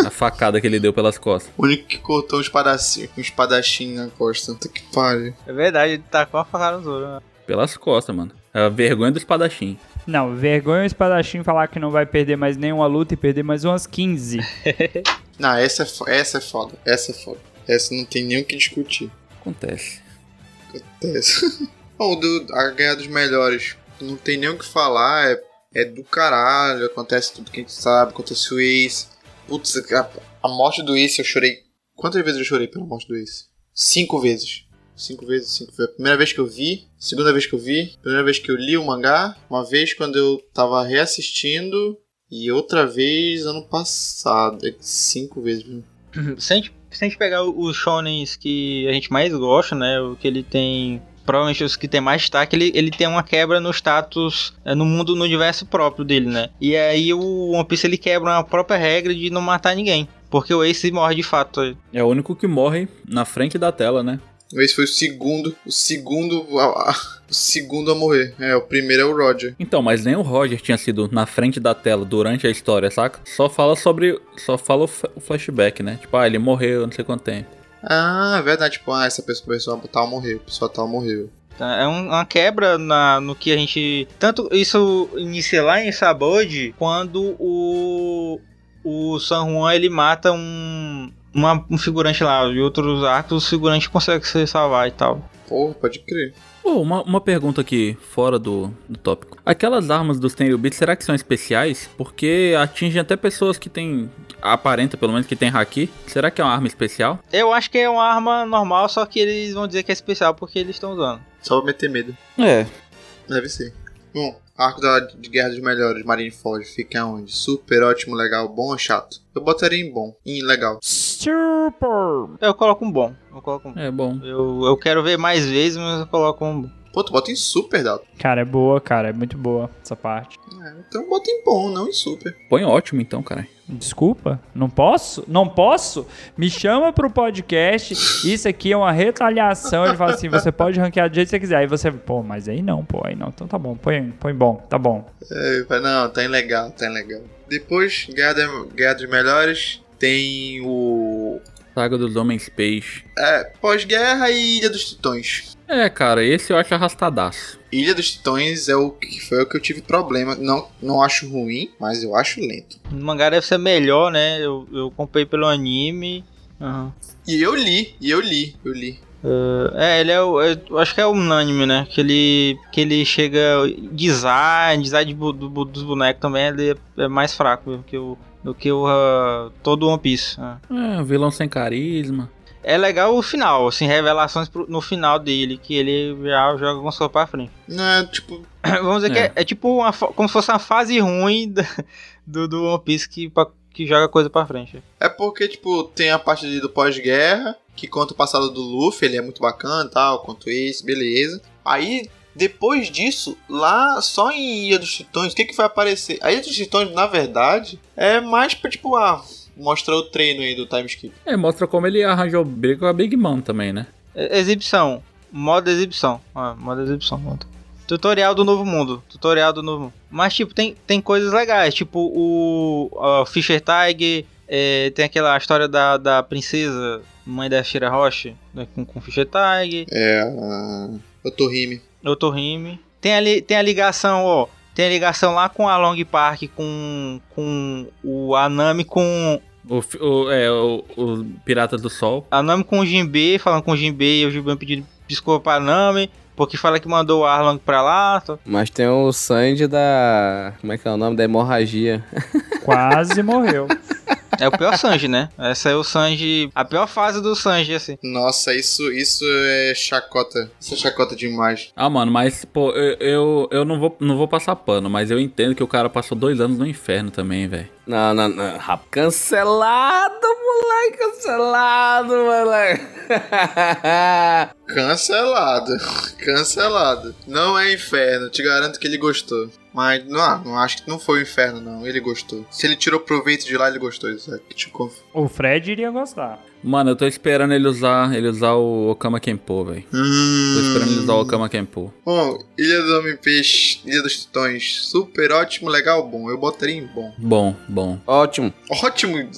F: A facada que ele deu pelas costas.
A: O único que cortou o espadachim, um espadachim na costa. Puta que pariu.
G: É verdade, ele tá com a facada no Zoro. né?
F: Pelas costas, mano. É A vergonha do espadachim.
E: Não, vergonha o espadachim falar que não vai perder mais nenhuma luta e perder mais umas 15.
A: Não, essa é, fo- essa é foda. Essa é foda. Essa não tem nem o que discutir.
F: Acontece.
A: Essa. Bom, do, a ganhar dos melhores. Não tem nem o que falar. É, é do caralho. Acontece tudo que a gente sabe. Acontece o Ace. Putz, a, a morte do Ace eu chorei. Quantas vezes eu chorei pela morte do Ace? Cinco vezes. Cinco vezes, cinco vezes. Primeira vez que eu vi, segunda vez que eu vi, primeira vez que eu li o mangá, uma vez quando eu tava reassistindo e outra vez ano passado. É Cinco vezes. viu?
G: Se a gente, se a gente pegar o- os shonens que a gente mais gosta, né, o que ele tem... Provavelmente os que tem mais destaque, ele, ele tem uma quebra no status, é, no mundo, no universo próprio dele, né? E aí o One Piece ele quebra a própria regra de não matar ninguém. Porque o Ace morre de fato.
F: É o único que morre na frente da tela, né?
A: Esse foi o segundo, o segundo, a, a- o segundo a morrer. É, o primeiro é o Roger.
F: Então, mas nem o Roger tinha sido na frente da tela durante a história, saca? Só fala sobre. Só fala o f- o flashback, né? Tipo, ah, ele morreu, não sei quanto tempo.
A: Ah, é verdade. Tipo, ah, essa pessoa, pessoa tal morreu. Pessoa tal morreu.
G: Tá, É um- uma quebra na, no que a gente. Tanto isso inicia lá em Sabode, quando o. O San Juan ele mata um. uma- um figurante lá, e outros arcos, o figurante consegue se salvar e tal.
A: Porra, pode crer.
F: Pô, uma, uma pergunta aqui, fora do, do tópico. Aquelas armas dos Tenryubits, será que são especiais? Porque atingem até pessoas que tem. Aparenta, pelo menos, que tem haki. Será que é uma arma especial?
G: Eu acho que é uma arma normal, só que eles vão dizer que é especial porque eles estão usando.
A: Só pra meter medo.
F: É.
A: Deve ser. Bom, arco da, de Guerra dos Melhores, Marineford, fica onde? Super, ótimo, legal, bom ou chato? Eu botaria em bom, em legal.
E: Super!
G: Eu coloco um bom. Eu coloco um bom.
F: É bom.
G: Eu, eu quero ver mais vezes, mas eu coloco um bom.
A: Pô, tu bota em super, Dato.
E: Cara, é boa, cara, é muito boa essa parte.
A: É, então bota em bom, não em super.
F: Põe ótimo então, cara.
E: Desculpa, não posso? Não posso? Me chama pro podcast. Isso aqui é uma retaliação. Ele fala assim: você pode ranquear do jeito que você quiser. Aí você, pô, mas aí não, pô, aí não. Então tá bom, põe, põe bom, tá bom.
A: É, eu falei, não, tá em legal, tá em legal. Depois, Guerra, da- Guerra dos Melhores, tem o...
F: Saga dos Homens Peixe.
A: É, pós-guerra e Ilha dos Titões.
F: É, cara, esse eu acho arrastadaço.
A: Ilha dos Titões é o que foi o que eu tive problema. Não, não acho ruim, mas eu acho lento.
G: No mangá deve ser melhor, né? Eu, eu comprei pelo anime. Aham.
A: E eu li, e eu li, eu li.
G: É, ele é o. é- eu acho que é unânime, né? Que ele, que ele chega. Design, design de bu- do bu- dos bonecos também, ele é, é mais fraco do que o. Do que o ah, todo One Piece. né.
F: É, vilão sem carisma.
G: É legal o final, assim, revelações pro- no final dele, que ele já joga algumas coisas pra frente.
A: Não, é, tipo,
G: Vamos dizer que é, é tipo uma, fa- como se fosse uma fase ruim da- do, do One Piece que, pa- que joga coisa pra frente.
A: é porque tipo tem a parte ali do pós-guerra que conta o passado do Luffy, ele é muito bacana, e tal, conta isso, beleza. Aí depois disso, lá só em Ilha dos Titões, o que que vai aparecer? A Ilha dos Titões, na verdade, é mais pra tipo ah, mostrar o treino aí do time skip.
F: É, mostra como ele arranjou briga com a Big Mom também, né?
G: É- Exibição. Modo exibição. Ah, modo exibição. pronto. Tutorial do novo mundo. Tutorial do novo mundo. Mas, tipo, tem, tem coisas legais. Tipo, o a Fisher Tiger. é, tem aquela história da, da princesa, mãe da Shira Roche, né, com, com Fisher Tiger.
A: É, ah, eu tô rime.
G: Otorrime. Tem a, li- tem a ligação, ó. Tem a ligação lá com a Long Park, com, com o Anami, com.
F: O, fi- o, é, o, o Pirata do Sol.
G: Anami com o Jinbei, falando com o Jinbei, e o Jinbei pedindo desculpa pra Anami, porque fala que mandou o Arlong pra lá. tá?
D: Mas tem o Sandy da. Como é que é o nome? Da hemorragia.
E: Quase morreu.
G: É o pior Sanji, né? Essa é o Sanji. A pior fase do Sanji, assim.
A: Nossa, isso, isso é chacota. Isso é chacota demais.
F: Ah, mano, mas, pô, eu, eu, eu não, vou, não vou passar pano, mas eu entendo que o cara passou dois anos no inferno também, velho.
D: Não, não, não. Rap- Cancelado, moleque. Cancelado, moleque.
A: Cancelado. Cancelado. Não é inferno, te garanto que ele gostou. Mas não, ah, não acho que não foi o inferno, não. Ele gostou. Se ele tirou proveito de lá, ele gostou, Isaac. Te conf-
E: O Fred iria gostar.
F: Mano, eu tô esperando ele usar, ele usar o Okama Kenpo, velho. Tô esperando ele usar o Okama Kenpo.
A: Hum. Bom, Ilha do Homem Peixe, Ilha dos Titões. Super ótimo, legal, bom. Eu botaria em bom.
F: Bom, bom.
D: Ótimo.
A: Ótimo.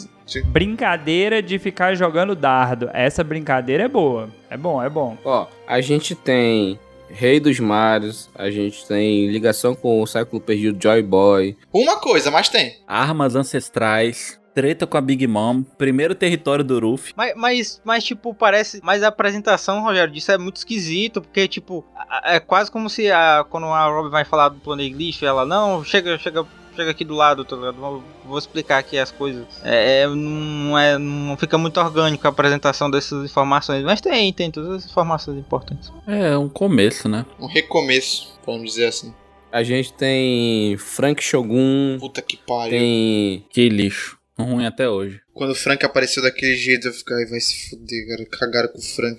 E: Brincadeira de ficar jogando dardo. Essa brincadeira é boa. É bom, é bom.
D: Ó, a gente tem Rei dos Mares, a gente tem ligação com o século perdido Joy Boy.
A: Uma coisa, mas tem.
F: Armas ancestrais, treta com a Big Mom, primeiro território do Ruffy.
G: Mas, mas, mas, tipo, parece. Mas a apresentação, Rogério, disso é muito esquisito, porque, tipo, a- a- é quase como se a, quando a Robin vai falar do plano Iglesias, ela, não, chega, chega, chega aqui do lado, tá ligado? Vou- Vou explicar aqui as coisas. É, é, não, é, não fica muito orgânico a apresentação dessas informações, mas tem, tem todas as informações importantes.
F: É um começo, né?
A: Um recomeço, vamos dizer assim.
D: A gente tem Frank Shogun,
A: Puta que pariu.
D: tem
F: Que lixo. Ruim até hoje.
A: Quando o Frank apareceu daquele jeito, eu fiquei, ai, vai se fuder, cara. Cagaram com o Frank.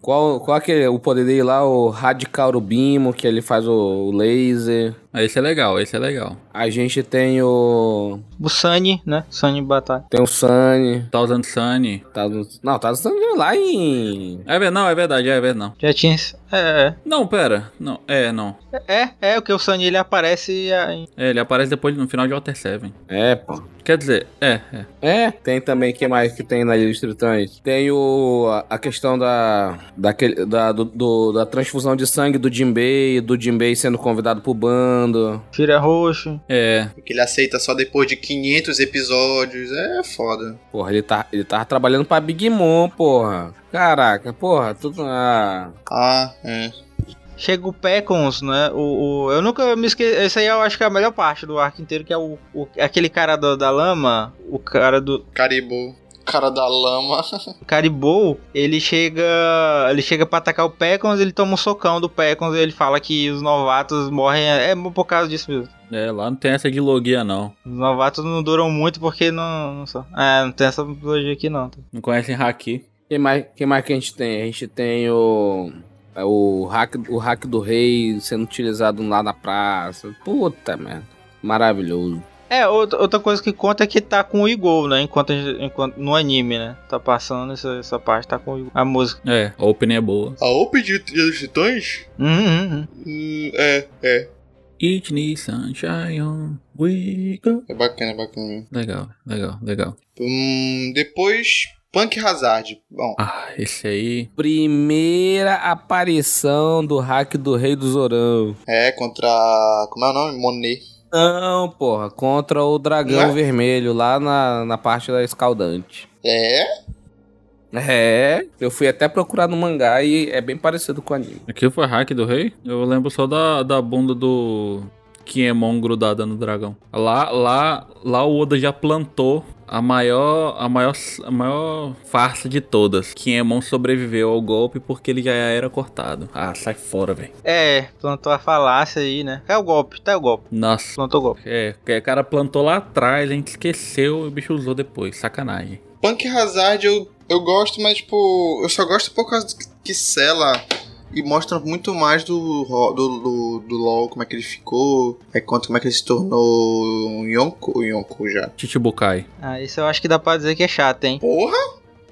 D: qual qual aquele o poder dele lá, o Radical Bimo, que ele faz o laser.
F: Esse é legal, esse é legal.
D: A gente tem o
G: O Sunny, né? Sunny Batalha.
D: tem o Sunny,
F: Thousand Sunny.
D: tá no, não, tá no Sunny lá em
F: É verdade, não, é verdade, é verdade, não.
G: Já tinha. esse- É,
F: Não, pera. Não, é, não.
G: é, é, é, o que o Sunny ele aparece é, em
F: É, ele aparece depois no final de Water 7.
D: É, pô.
F: Quer dizer, é, é.
D: É, tem também, que mais que tem na Ilha dos Tritões? Tem o, a- a questão da, daquele, da, do- do- da transfusão de sangue do Jinbei, do Jinbei sendo convidado pro bando.
G: Tira Roxo.
F: É.
A: Porque ele aceita só depois de 500 episódios. É foda.
D: Porra, ele, tá, ele tava trabalhando pra Big Mom, porra. Caraca, porra, tudo... Ah,
A: Ah, é.
G: Chega o Pecons, né? O, o- eu nunca me esqueci. Essa aí eu acho que é a melhor parte do arco inteiro, que é o, o- aquele cara do- da lama, o cara do
A: Caribou. Cara da lama.
G: Caribou, ele chega. Ele chega pra atacar o Pecons, ele toma um socão do Pecons e ele fala que os novatos morrem. É por causa disso mesmo.
F: É, lá não tem essa de logia, não.
G: Os novatos não duram muito porque não. não só. É, não tem essa mitologia aqui não. tá?
F: Não conhecem Haki.
D: quem, mais, quem mais que a gente tem? A gente tem o... é, O hack, o hack do rei sendo utilizado lá na praça. Puta merda. Maravilhoso.
G: É, outra, outra coisa que conta é que tá com o Igor, né? Enquanto, a gente- enquanto no anime, né? Tá passando essa, essa parte, tá com o Igor. A música.
F: É, a opening é boa.
A: A OP de Trilha dos Titãs?
G: Uhum, uhum.
A: Hum, é, é.
F: It needs sunshine, we go.
A: É bacana, é bacana mesmo.
F: Legal, legal, legal.
A: Hum, depois, Punk Hazard. Bom,
F: Ah, esse aí.
D: Primeira aparição do hack do rei do Zorão.
A: é contra. Como é o nome? Monet.
D: Não, porra, contra o dragão
A: Ué?
D: vermelho lá na, na parte da escaldante.
A: É?
D: É, eu fui até procurar no mangá e é bem parecido com o anime.
F: Aqui foi hack do rei? Eu lembro só da, da bunda do Kiemon grudada no dragão. Lá, lá, lá o Oda já plantou a maior, a maior, a maior farsa de todas. Kiemon sobreviveu ao golpe porque ele já era cortado. Ah, sai fora, velho.
G: É, plantou a falácia aí, né? É o golpe, tá o golpe.
F: Nossa.
G: Plantou o golpe.
F: É, o cara plantou lá atrás, a gente esqueceu e o bicho usou depois. Sacanagem.
A: Punk Hazard eu, eu gosto, mas tipo. Eu só gosto por causa que- que sela. E mostra muito mais do, ro- do, do, do LOL, como é que ele ficou. Aí conta como é que ele se tornou um Yonko, Yonko já.
F: Chichibukai.
G: Ah, isso eu acho que dá pra dizer que é chato, hein?
A: Porra!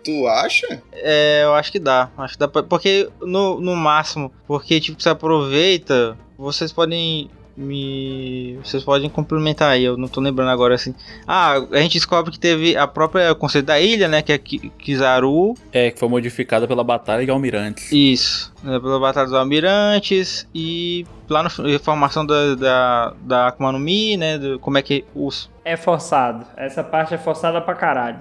A: Tu acha?
G: É, eu acho que dá. Acho que dá pra... Porque, no, no máximo, porque, tipo, se aproveita, vocês podem me... Vocês podem complementar aí, eu não tô lembrando agora, assim. Ah, a gente descobre que teve a própria conceito da ilha, né? Que é Ki- Kizaru.
F: É, que foi modificada pela Batalha de Almirantes.
G: Isso. né, Pela Batalha dos Almirantes e lá na formação da, da, da Akuma no Mi, né? do- como é que os...
E: É forçado. Essa parte é forçada pra caralho.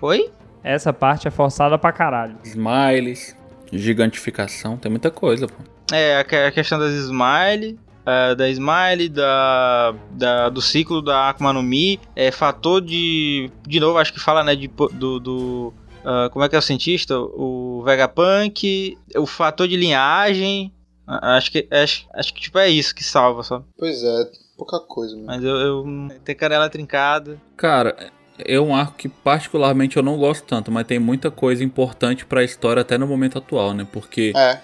G: Oi?
E: Essa parte é forçada pra caralho.
F: Smiles, gigantificação, tem muita coisa, pô.
G: É, a que- a questão das smile. eh, da Smile, da, da- do ciclo da Akuma no Mi, é, fator de. De novo, acho que fala, né? De, po- do. do, ah, como é que é o cientista? O Vegapunk, o fator de linhagem. Ah, Acho que, acho, acho que tipo, é isso que salva, só.
A: Pois é, pouca coisa, mano.
G: Mas eu. eu tem canela trincada.
F: Cara, é um arco que particularmente eu não gosto tanto, mas tem muita coisa importante pra história até no momento atual, né? Porque
A: É,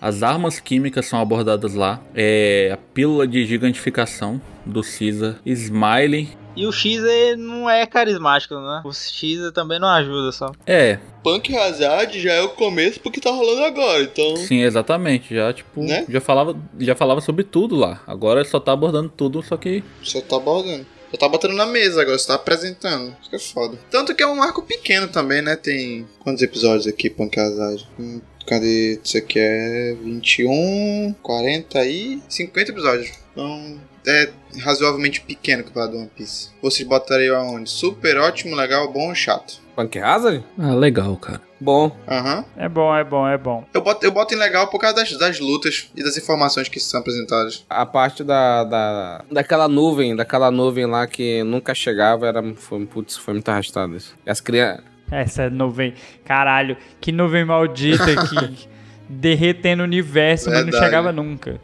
F: as armas químicas são abordadas lá, é a pílula de gigantificação do Caesar, Smiley.
G: E o X ele não é carismático, né? O X também não ajuda, só.
F: É,
A: Punk Hazard já é o começo porque tá rolando agora, então.
F: sim, exatamente, já tipo,
A: Né?
F: já falava, já falava sobre tudo lá. Agora só tá abordando tudo, só que
A: Você tá abordando. Você tá batendo na mesa agora, você tá apresentando. Isso que é foda. Tanto que é um arco pequeno também, né? Tem quantos episódios aqui, Punk Hazard? Hum, cadê? Isso aqui é 21, 40 e 50 episódios. Então, é razoavelmente pequeno que do One Piece. Vocês botariam aonde? Super, ótimo, legal, bom ou chato?
D: Punk Hazard?
F: ah, legal, cara.
D: Bom.
A: Aham.
E: É bom, é bom, é bom.
A: Eu boto, eu boto em legal por causa das, das lutas e das informações que são apresentadas.
D: A parte da, da. Daquela nuvem, daquela nuvem lá que nunca chegava, era. Foi, putz, foi muito arrastado isso. E as crianças.
E: Essa é nuvem. Caralho, que nuvem maldita que derretendo o universo, mas não
A: Verdade.
E: chegava nunca.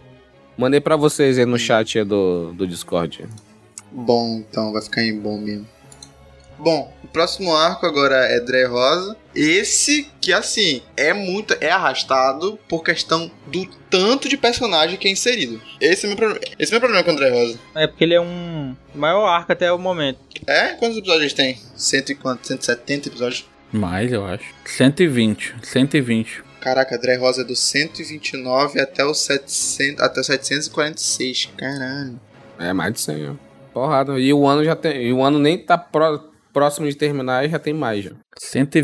D: Mandei pra vocês aí no chat aí do, do Discord.
A: Bom, então, vai ficar em bom mesmo. Bom, o próximo arco agora é Dre Rosa. Esse que, assim, é muito. é arrastado por questão do tanto de personagem que é inserido. Esse é meu problema. Esse é meu problema com o Dre Rosa.
G: É porque ele é um maior arco até o momento.
A: É? Quantos episódios tem? Cento e quanto? 170 episódios?
F: Mais, eu acho. 120, 120.
A: Caraca, Dre Rosa é do 129 até o 700, até o 746. Caralho.
D: É mais de 100, ó. Porrada. E o ano já tem. E o ano nem tá pró- próximo de terminar e já tem mais, já.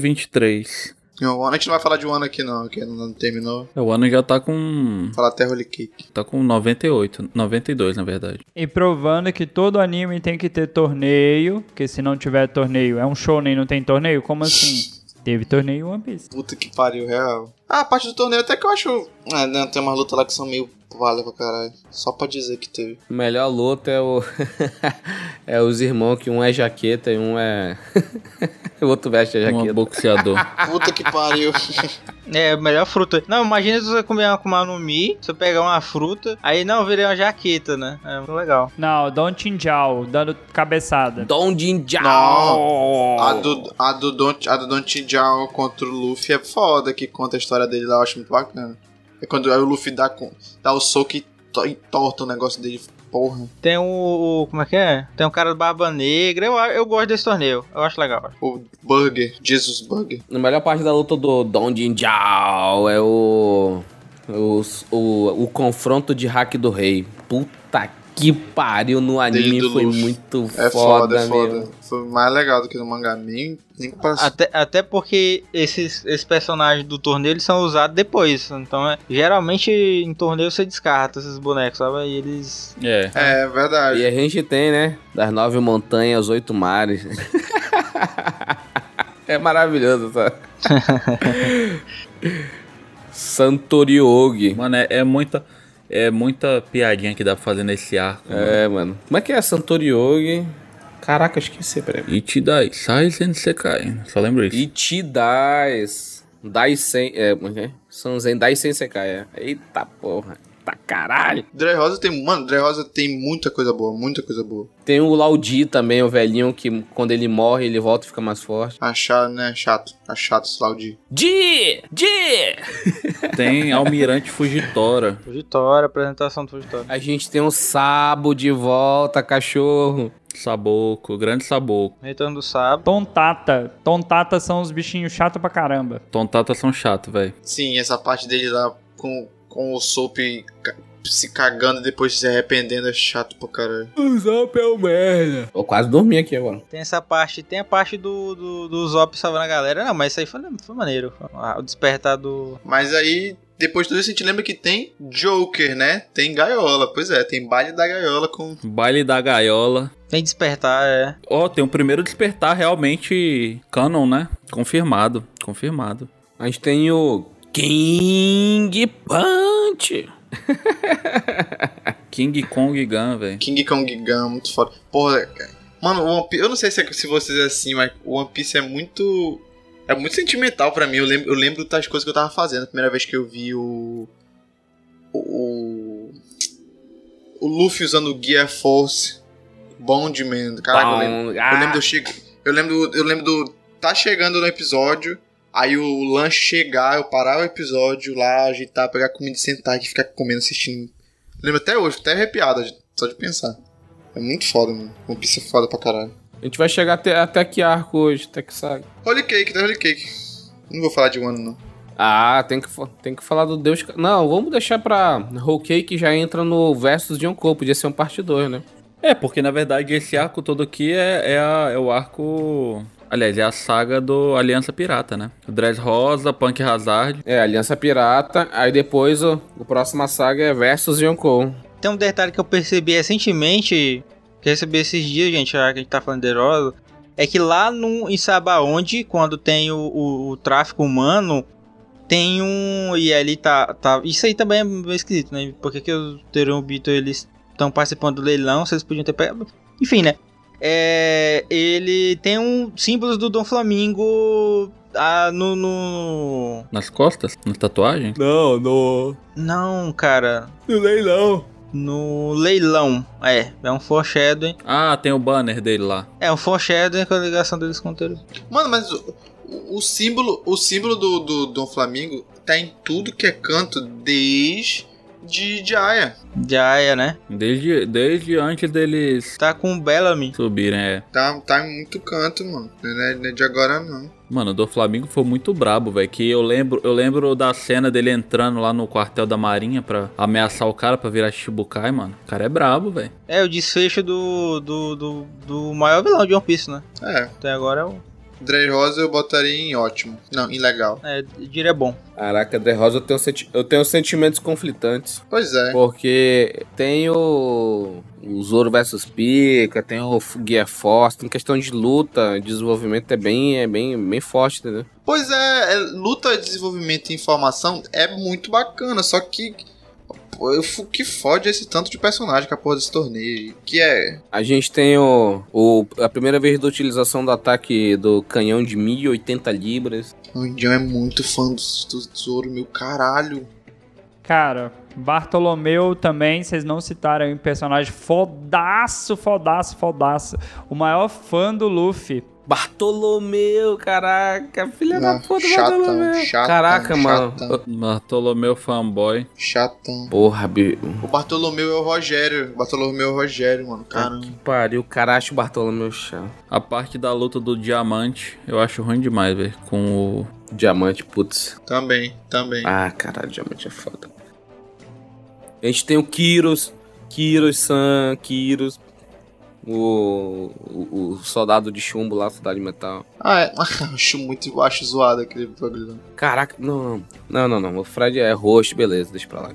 F: 123.
A: Não, a gente não vai falar de um ano aqui, não, que ainda não terminou.
F: O ano já tá com.
A: Vou falar até Holy Cake.
F: Tá com 98, 92 na verdade.
E: E provando que todo anime tem que ter torneio, porque se não tiver torneio, é um show nem não tem torneio? Como assim? Teve torneio em One Piece.
A: Puta que pariu, real. Ah, a parte do torneio até que eu acho. Ah, não, tem umas lutas lá que são meio válida pra caralho. Só pra dizer que teve.
D: Melhor luta é o. é os irmãos que um é jaqueta e um é. o outro veste a
F: Um
D: jaqueta.
F: boxeador.
A: Puta que pariu.
G: É, a melhor fruta. Não, imagina se você comer uma Akuma no Mi, você pegar uma fruta, aí não, virei uma jaqueta, né? É muito legal.
E: Não, Don Tinjal, dando cabeçada.
D: Don Jin
A: Não. A do, a do Don, a do Don Tijal contra o Luffy é foda, que conta a história dele lá, eu acho muito bacana. É quando aí o Luffy dá, com, dá o soco e to- e torta o negócio dele. Porra.
G: Tem o, o- Como é que é? Tem um cara do Barba Negra. Eu, eu gosto desse torneio. Eu acho legal.
A: O Burger, Jesus Burger.
D: A melhor parte da luta do Don Jin Jiao é o, é o, o. o confronto de hack do rei. Puta que pariu no anime,
A: Dele do
D: foi
A: Luffy.
D: muito
A: É foda,
D: foda,
A: é foda.
D: meu.
A: Foi mais legal do que no mangá. Nem, nem passou.
G: Até, até porque esses, esses personagens do torneio eles são usados depois. Então, é, geralmente em torneio você descarta esses bonecos, sabe? E eles.
F: é.
A: É verdade.
D: E a gente tem, né? Das nove montanhas, aos oito mares. é maravilhoso, sabe? Santoriogi.
F: Mano, é, é muita. É muita piadinha que dá pra fazer nesse arco. É.
D: É, mano. Como é que é Santoriogi? Caraca, eu esqueci, peraí.
F: Itidai, sai sem secar. Só lembro isso.
D: Ichi Dais. Daisen. É, como é que é? Sanzen Daisen Sekai, é. Eita porra. Tá caralho.
A: Dre Rosa tem. Mano, Dre Rosa tem muita coisa boa, muita coisa boa.
D: Tem o Laudi também, o velhinho, que quando ele morre, ele volta e fica mais forte.
A: Achar, né? Chato. Tá chato esse Laudi.
D: Di! Di!
F: Tem Almirante Fugitora.
G: Fugitória, apresentação do Fugitória.
D: A gente tem o Sabo de volta, cachorro.
F: Saboco, grande Saboco.
G: Retorno do Sábado.
E: Tontata. Tontata são os bichinhos chatos pra caramba.
F: Tontata são chato, velho.
A: Sim, essa parte dele lá com, com o Soap ca- se cagando e depois se arrependendo é chato pra caralho.
D: O Zap é o merda. Eu quase dormi aqui agora.
G: Tem essa parte, tem a parte do, do, do Zop salvando a galera. Não, mas isso aí foi, foi maneiro. Ah, O despertar do.
A: Mas aí, depois de tudo isso, a gente lembra que tem Joker, né? Tem Gaiola. Pois é, tem baile da Gaiola com.
F: Baile da Gaiola.
G: Tem despertar, é.
F: Ó, tem o primeiro despertar realmente canon, né? Confirmado, confirmado.
D: A gente tem o King Punch.
F: King Kong Gun, velho.
A: King Kong Gun, muito foda. Porra, cara. mano, o One Piece, eu não sei se, é- se vocês é assim, mas o One Piece é muito. É muito sentimental pra mim. Eu lembro, eu lembro das coisas que eu tava fazendo. A primeira vez que eu vi o. O. O Luffy usando o Gear Force. Bondman. Caraca, eu lembro. Eu
D: Ah.
A: lembro do Chico. Eu lembro, eu lembro do. Tá chegando no episódio. Aí o lanche chegar, eu parar o episódio lá, agitar, pegar comida e sentar e ficar comendo, assistindo. Eu lembro até hoje, fico até arrepiado de- só de pensar. É muito foda, mano. One Piece é foda pra caralho.
D: A gente vai chegar até, até que arco hoje, até que saga.
A: Holy Cake, tá Holy Cake. Não vou falar de One, não.
D: Ah, tem que, fa- tem que falar do Deus. Ca- Não, vamos deixar pra Whole Cake já entra no Versus de Yonkou. Podia ser um parte 2, né?
F: É, porque na verdade esse arco todo aqui é, é, a- é o arco. Aliás, é a saga do Aliança Pirata, né? Dress Rosa, Punk Hazard.
D: É, Aliança Pirata. Aí depois o, o próxima saga é Versus Yonkou.
G: Tem um detalhe que eu percebi recentemente, que eu recebi esses dias, gente, já que a gente tá falando de Herói, é que lá no, em Sabaonde, quando tem o, o- o tráfico humano, tem um. E ali tá, tá. Isso aí também é meio esquisito, né? Por que, que os Terumbito eles estão participando do leilão? Vocês podiam ter pego. Enfim, né? É, ele tem um símbolo do Dom Flamingo ah, no- no.
F: Nas costas? Na tatuagem?
D: Não, no.
G: Não, cara.
D: No leilão.
G: No leilão. É, é um foreshadowing.
F: Ah, tem o banner dele lá.
G: É, o foreshadowing com a ligação deles com o Teru.
A: Mano, mas o, o símbolo, o símbolo do, do Dom Flamingo tá em tudo que é canto desde Jaya.
G: Jaya, né?
F: Desde, desde antes deles
G: Tá com o Bellamy.
F: subirem, é.
A: Tá, tá em muito canto, mano. Não é, não é de agora, não.
F: Mano, o do Flamengo foi muito brabo, velho. Que eu lembro, eu lembro da cena dele entrando lá no quartel da Marinha pra ameaçar o cara pra virar Shibukai, mano. O cara é brabo, velho.
G: É o desfecho do, do, do, do maior vilão de One Piece, né?
A: É.
G: Até agora é o.
A: Drey Rosa eu botaria em ótimo. Não, em legal.
G: É, eu diria bom.
D: Caraca, The Rosa, eu tenho, senti- eu tenho sentimentos conflitantes.
A: Pois é.
D: Porque tem o, o Zoro versus Pica, tem o Guia Force, tem questão de luta, desenvolvimento é bem, é bem, bem forte, entendeu?
A: Pois é, é, luta, desenvolvimento e informação é muito bacana, só que. pô, eu fu- Que fode esse tanto de personagem que a porra desse torneio. aí, Que é.
D: A gente tem o, o- a primeira vez da utilização do ataque do canhão de 1080 libras.
A: O Indião é muito fã do, do Zoro, meu caralho.
E: Cara, Bartolomeu também, vocês não citaram aí um personagem fodaço, fodaço, fodaço. O maior fã do Luffy.
D: Bartolomeu, caraca, filha da
A: Não,
D: puta,
A: chatão,
D: Bartolomeu.
A: chatão.
D: caraca, mano.
A: Chatão.
F: Bartolomeu fanboy.
A: chatão.
D: Porra, bi...
A: O Bartolomeu é o Rogério. O Bartolomeu é o Rogério, mano. Caramba.
D: que pariu, caraca, o Bartolomeu chão.
F: A parte da luta do diamante, eu acho ruim demais, velho. Com o.
D: Diamante, putz.
A: Também, também.
D: Ah, caralho, diamante é foda. A gente tem o Kiros, Kiros San, Kiros, o, o, o soldado de chumbo lá, soldado de metal.
A: Ah, é. acho muito. Acho zoado aquele bagulho.
D: Caraca, não, não, não, não, não. o Fred é roxo, beleza, deixa pra lá.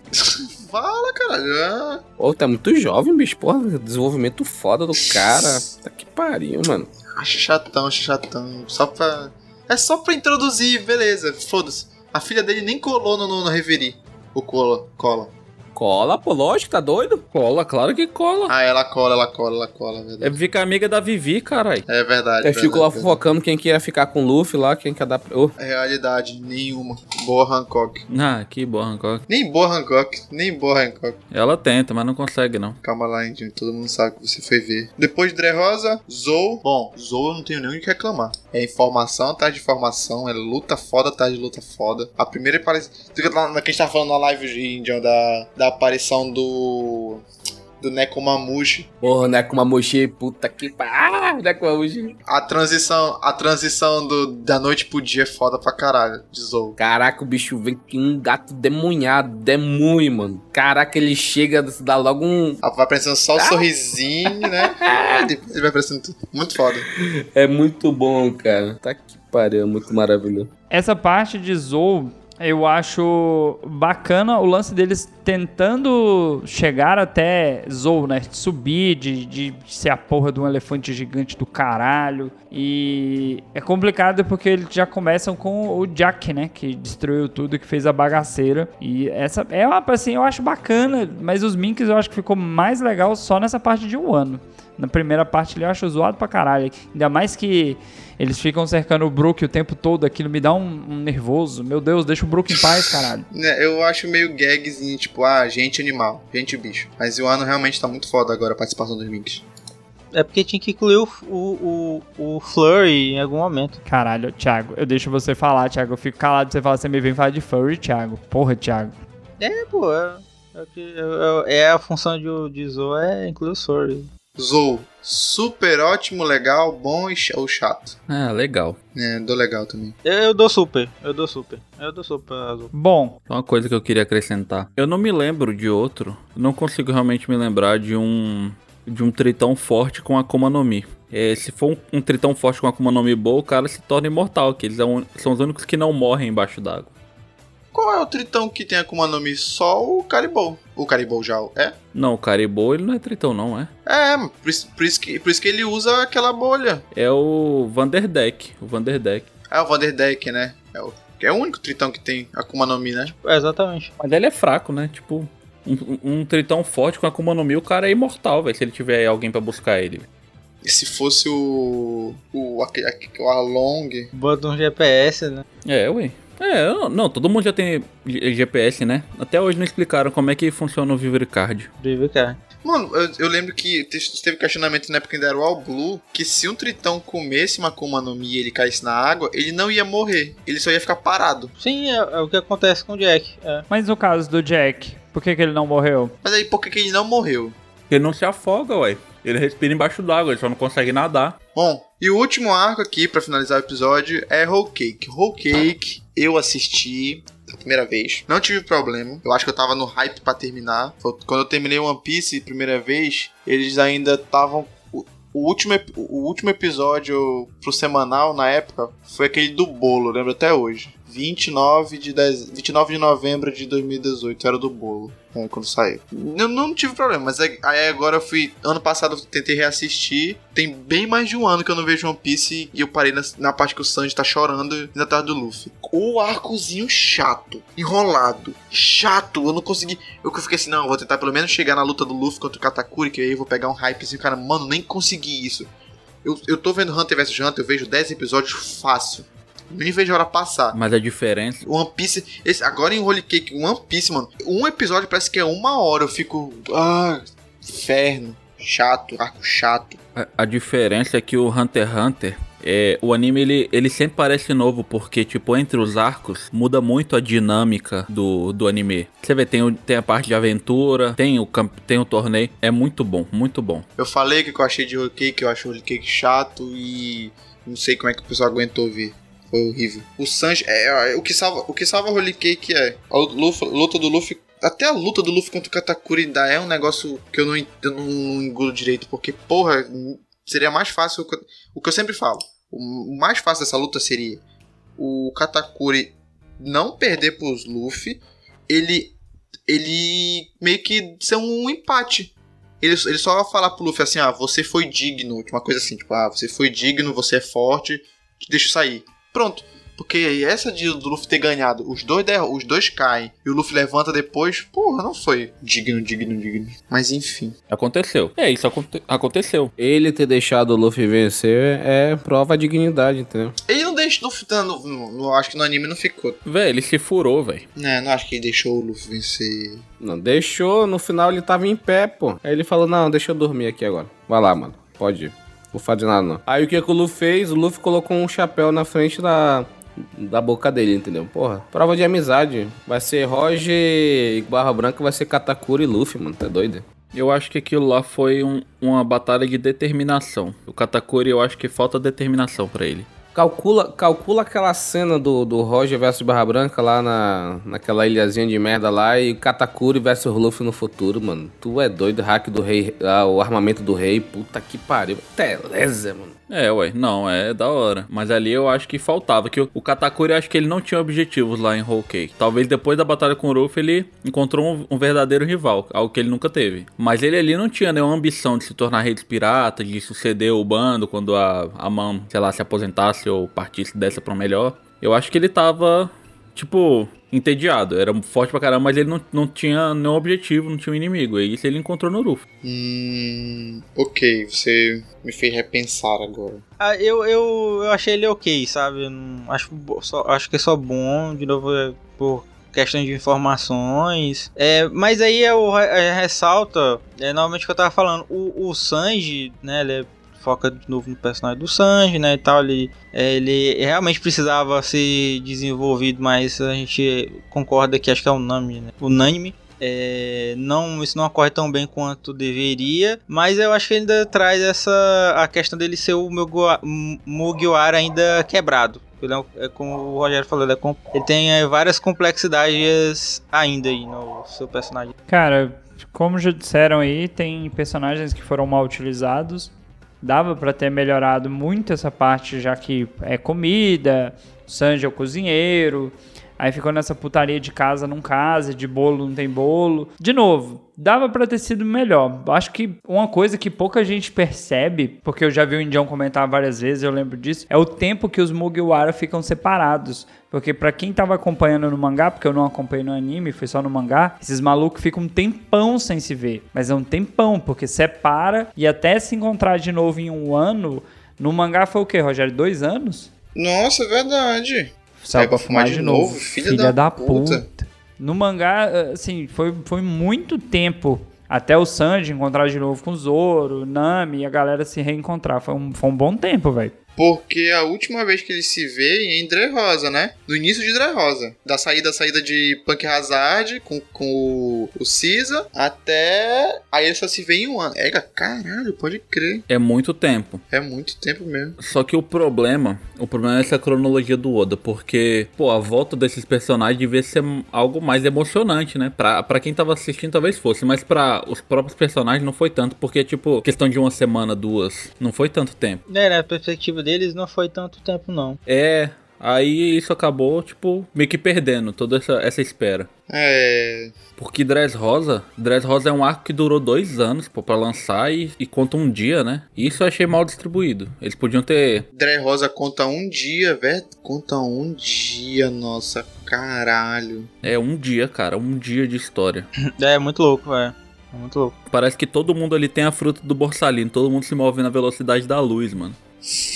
A: Fala, caralho. Ah.
D: Ô, tá muito jovem, bicho, porra, desenvolvimento foda do cara. Tá que pariu, mano.
A: Acho chatão, acho chatão. Só pra. É só pra introduzir, beleza. Foda-se. A filha dele nem colou no, no, no Reverie. O cola, cola.
D: Cola, pô, lógico, tá doido?
F: Cola, claro que cola.
A: Ah, ela cola, ela cola, ela cola, é
F: É
A: verdade.
F: ficar amiga da Vivi, caralho.
A: É, verdade.
D: Eu fico
A: verdade,
D: lá
A: verdade.
D: fofocando quem que ia ficar com o Luffy lá, quem quer dar pra... Ô,
A: Realidade, nenhuma. Boa Hancock.
F: Ah, que bom, Hancock.
A: Nem boa Hancock, nem boa Hancock.
F: Ela tenta, mas não consegue, não.
A: Calma lá, Indinho, todo mundo sabe que você foi ver. Depois de Dre Rosa, Zou. Bom, Zou eu não tenho nem o que reclamar. É informação atrás de informação, é luta foda atrás de luta foda. A primeira aparição. Na que a gente tava falando na live, Indian, da, da aparição do. do Nekomamushi.
D: Porra, né, Nekomamushi, puta que pariu, ah, Nekomamushi.
A: A transição, a transição do, da noite pro dia é foda pra caralho, de Zou.
D: Caraca, o bicho vem que um gato demonhado, demônio, mano. Caraca, ele chega, dá logo um.
A: Ah, Vai aparecendo só o sorrisinho, né? E Depois ele vai aparecendo tudo. Muito foda.
D: É muito bom, cara. Tá que pariu, muito é maravilhoso.
E: Essa parte de Zou Eu acho bacana o lance deles tentando chegar até Zou, né? Subir, de, de ser a porra de um elefante gigante do caralho. E é complicado porque eles já começam com o Jack, né? Que destruiu tudo, que fez a bagaceira. E essa é uma, assim, eu acho bacana, mas os Minks eu acho que ficou mais legal só nessa parte de um ano. Na primeira parte ele eu acho zoado pra caralho. Ainda mais que eles ficam cercando o Brook o tempo todo, aquilo me dá um, um nervoso. Meu Deus, deixa o Brook em paz, caralho.
A: Né, Eu acho meio gagzinho, tipo, ah, gente animal, gente bicho. Mas o ano realmente tá muito foda agora a participação dos Minks.
G: É porque tinha que incluir o, o, o, o Flurry em algum momento.
E: Caralho, Thiago, eu deixo você falar, Thiago. Eu fico calado, você fala, você me vem falar de furry, Thiago. Porra, Thiago.
G: É, pô, é, é o que- é- é a função de, de Zo é incluir o Flurry.
A: Zou, super ótimo, legal, bom e ch- ou chato.
F: Ah, legal.
A: É, dou legal também.
G: Eu, eu dou super, eu dou super, eu dou super a Zo.
E: Bom,
F: Só Uma coisa que eu queria acrescentar. Eu não me lembro de outro. Não consigo realmente me lembrar de um de um tritão forte com Akuma no Mi. É, se for um, um tritão forte com Akuma no Mi boa, o cara se torna imortal, que eles são, são os únicos que não morrem embaixo d'água.
A: Qual é o tritão que tem como nome só o Caribou? O Caribou já é?
F: Não, o Caribou ele não é tritão não, é?
A: É, por isso, por isso que, por isso que ele usa aquela bolha.
F: É o Vanderdeck, o Vanderdeck.
A: É o Vanderdeck, né? É o, é o único tritão que tem Akuma no Mi, né?
G: É, exatamente.
F: Mas ele é fraco, né? Tipo, um, um- um tritão forte com Akuma no Mi, o cara é imortal, velho, se ele tiver alguém pra buscar ele.
A: E se fosse o. O, aque- aque- o Arlong.
G: Bota um GPS, né?
F: É, ué. É, eu não, não, todo mundo já tem G- GPS, né? Até hoje não explicaram como é que funciona o Vivre Card.
G: Vive, cara.
A: Mano, eu, eu lembro que te- teve questionamento na época que ainda era o All Blue. Que se um tritão comesse uma Akuma no Mi e ele caísse na água, ele não ia morrer. Ele só ia ficar parado.
G: Sim, é, é o que acontece com o Jack. É.
E: mas no caso do Jack, por que, que ele não morreu?
A: Mas aí por que, que ele não morreu?
F: Ele não se afoga, ué. Ele respira embaixo d'água, ele só não consegue nadar.
A: Bom, e o último arco aqui pra finalizar o episódio é Whole Cake. Whole Cake eu assisti a primeira vez, não tive problema. Eu acho que eu tava no hype pra terminar. Foi Quando eu terminei One Piece primeira vez, eles ainda estavam o- o último, ep- o último episódio pro semanal na época foi aquele do bolo, eu lembro até hoje. 29 de, dez- 29 de novembro de 2018 era o do bolo. é, quando saiu. Eu não tive problema, mas é- aí agora eu fui. Ano passado eu tentei reassistir. Tem bem mais de um ano que eu não vejo One Piece e eu parei na, na parte que o Sanji tá chorando e na tarde do Luffy. O arcozinho chato, enrolado, chato. Eu não consegui. Eu que fiquei assim, não, eu vou tentar pelo menos chegar na luta do Luffy contra o Katakuri, que aí eu vou pegar um hypezinho. Cara, mano, nem consegui isso. Eu, eu tô vendo Hunter vs Hunter, eu vejo 10 episódios fácil. Nem vejo a hora passar.
F: Mas a diferença.
A: One Piece, esse, agora em Holy Cake, One Piece, mano, um episódio parece que é uma hora, eu fico. Ah, inferno, chato, arco chato.
F: A, a diferença é que o Hunter x Hunter. É, o anime ele, ele sempre parece novo, porque, tipo, entre os arcos muda muito a dinâmica do, do anime. Você vê, tem, o- tem a parte de aventura, tem o, camp- tem o torneio. É muito bom, muito bom.
A: Eu falei que eu achei de Holy Cake, eu acho Holy Cake chato e não sei como é que o pessoal aguentou ver. Foi horrível. O Sanji, é, é, o que salva, o que salva Holy Cake é a luta, luta do Luffy. Até a luta do Luffy contra o Katakuri ainda é um negócio que eu não, en- eu não, não engulo direito, porque, porra, seria mais fácil. o que eu- O que eu sempre falo, o mais fácil dessa luta seria o Katakuri não perder pros Luffy, ele ele meio que ser um empate. Ele, ele só vai falar pro Luffy assim, ah, você foi digno, uma coisa assim, tipo, ah, você foi digno, você é forte, te deixa eu sair. Pronto. Porque essa de do Luffy ter ganhado, os dois der, os dois caem e o Luffy levanta depois, porra, não foi digno, digno, digno. Mas enfim.
F: Aconteceu. É, isso aconte- aconteceu.
D: Ele ter deixado o Luffy vencer é prova de dignidade, entendeu?
A: Ele não deixa o Luffy, não, não- não- acho que no anime não ficou.
F: Véi, ele se furou, véi.
A: Né, não acho que ele deixou o Luffy vencer.
D: Não, deixou, no final ele tava em pé, pô. Aí ele falou, não, deixa eu dormir aqui agora. Vai lá, mano, pode ir. Vou fazer nada não. Aí o que, que o Luffy fez? O Luffy colocou um chapéu na frente da, da boca dele, entendeu? Porra, prova de amizade. Vai ser Roger e Barra Branca, vai ser Katakuri e Luffy, mano, tá doido?
F: Eu acho que aquilo lá foi um- uma batalha de determinação. O Katakuri, eu acho que falta determinação pra ele.
D: Calcula, calcula aquela cena do, do Roger versus Barra Branca lá na, naquela ilhazinha de merda lá e Katakuri versus Luffy no futuro, mano. Tu é doido, hack do rei, ah, o armamento do rei, puta que pariu. Teleza, mano.
F: É, ué, não, é da hora. Mas ali eu acho que faltava, que o, o Katakuri eu acho que ele não tinha objetivos lá em Whole Cake. Talvez depois da batalha com o Ruff ele encontrou um, um verdadeiro rival, algo que ele nunca teve. Mas ele ali não tinha nenhuma ambição de se tornar rei dos piratas, de suceder o bando quando a, a mão, sei lá, se aposentasse ou partisse dessa pra um melhor. Eu acho que ele tava, tipo, entediado. Era forte pra caramba, mas ele não, não tinha nenhum objetivo, não tinha um inimigo. E isso ele encontrou no Ruff.
A: Hum. Ok, você me fez repensar agora.
G: Ah, eu, eu, eu achei ele ok, sabe? Eu não- acho, bo- só, acho que é só bom, de novo, é por questão de informações. É, mas aí eu re- é, ressalta, é, novamente o que eu tava falando, o, o Sanji, né, ele é- foca de novo no personagem do Sanji, né, e tal, ele, é, ele realmente precisava ser desenvolvido, mas a gente concorda que acho que é unânime, né, unânime. É, não, isso não ocorre tão bem quanto deveria, mas eu acho que ele ainda traz essa a questão dele ser o Mugua- M- Mugiwara ainda quebrado. Ele é, um- é como o Rogério falou, ele, é com- ele tem é, várias complexidades ainda aí no seu personagem.
E: Cara, como já disseram aí, tem personagens que foram mal utilizados. Dava pra ter melhorado muito essa parte, já que é comida, Sanji é o cozinheiro. Aí ficou nessa putaria de casa não casa, de bolo não tem bolo. De novo, dava pra ter sido melhor. Acho que uma coisa que pouca gente percebe, porque eu já vi o Indião comentar várias vezes, eu lembro disso, é o tempo que os Mugiwara ficam separados. Porque pra quem tava acompanhando no mangá, porque eu não acompanhei no anime, foi só no mangá, esses malucos ficam um tempão sem se ver. Mas é um tempão, porque separa e até se encontrar de novo em um ano. No mangá foi o quê, Rogério? Dois anos?
A: Nossa, é verdade.
E: Saiu
A: Saiu pra fumar de novo, filha da puta.
E: No mangá, assim, foi, foi muito tempo até o Sanji encontrar de novo com o Zoro, Nami e a galera se reencontrar. Foi um, foi um bom tempo, velho.
A: Porque a última vez que eles se vêem é em Dressrosa, né? No início de Dressrosa. Da saída, saída de Punk Hazard com, com o, o Caesar até... Aí eles só se vêem em um ano. É, caralho, pode crer.
F: É muito tempo.
A: É muito tempo mesmo.
F: Só que o problema, o problema é essa cronologia do Oda, porque, pô, a volta desses personagens devia ser algo mais emocionante, né? Pra, pra quem tava assistindo talvez fosse, mas pra os próprios personagens não foi tanto, porque, tipo, questão de uma semana, duas, não foi tanto tempo.
G: Né, na perspectiva deles não foi tanto tempo não.
F: É, aí isso acabou, tipo, meio que perdendo toda essa, essa espera.
A: É...
F: Porque Dress Rosa, Dress Rosa é um arco que durou dois anos, pô, pra lançar e, e conta um dia, né? Isso eu achei mal distribuído. Eles podiam ter.
A: Dressrosa conta um dia, velho. Conta um dia, nossa, caralho.
F: É, um dia, cara, um dia de história.
G: É muito louco, velho. É muito louco.
F: Parece que todo mundo ali tem a fruta do borsalino, todo mundo se move na velocidade da luz, mano.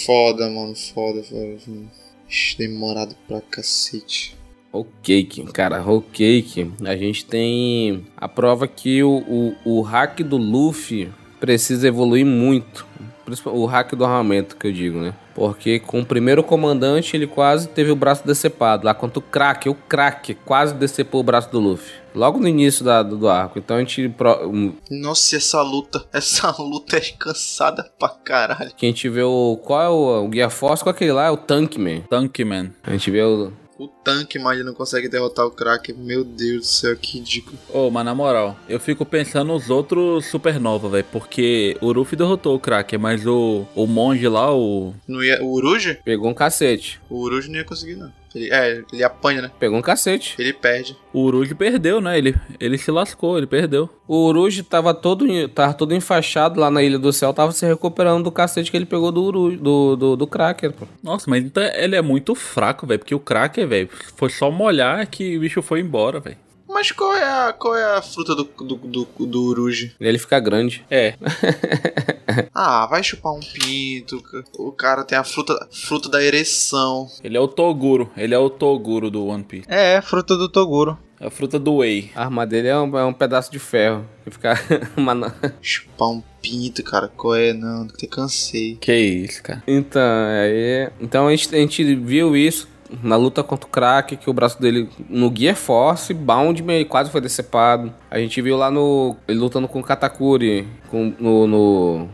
A: Foda, mano, foda, foda. foda. Ixi, Demorado pra cacete.
D: Whole Cake, cara, Whole Cake. A gente tem a prova que o, o, o hack do Luffy precisa evoluir muito. Principal- O hack do armamento, que eu digo, né? Porque com o primeiro comandante, ele quase teve o braço decepado. Lá quanto o crack, o crack quase decepou o braço do Luffy. Logo no início da- do, do arco. Então a gente pro- um,
A: Nossa, e essa luta, essa luta é cansada pra caralho.
D: Que a gente vê o. Qual é o, o Guia Force? Qual é aquele lá? É o Tankman.
F: Tankman.
D: A gente vê o.
A: O tanque, mas ele não consegue derrotar o Kraken. Meu Deus do céu, que ridículo.
F: Ô, mas na moral, eu fico pensando nos outros supernova, velho, porque o Ruffy derrotou o Kraken, mas o, o monge lá, o...
A: Não ia, o Uruji?
D: Pegou um cacete.
A: O Uruji não ia conseguir, não. Ele, é, ele apanha, né?
D: Pegou um cacete.
A: Ele perde.
F: O Urugi perdeu, né? Ele, ele se lascou, ele perdeu.
D: O Uruji tava todo, tava todo enfaixado lá na Ilha do Céu, tava se recuperando do cacete que ele pegou do Uruji, do, do, do Kraken, pô.
F: Nossa, mas então ele é muito fraco, velho, porque o Kraken, velho, foi só molhar que o bicho foi embora, velho.
A: Mas qual é a, qual é a fruta do, do, do, do Uruji?
D: Ele fica grande.
F: É,
A: Ah, vai chupar um pinto. ca- O cara tem a fruta, fruta da ereção.
F: ele é o Toguro, ele é o Toguro do One Piece.
G: É, é fruta do Toguro.
F: É a fruta do Whey.
D: A arma dele é um, é um pedaço de ferro. Ele fica. Mano.
A: Chupar um pinto, cara. Qual é? Não, até cansei.
F: Que isso, cara.
D: Então, aí. Então a gente, a gente viu isso. na luta contra o Crack, que o braço dele no Gear Force, Boundman, quase foi decepado. A gente viu lá no. Ele lutando com o Katakuri. Com, no, no-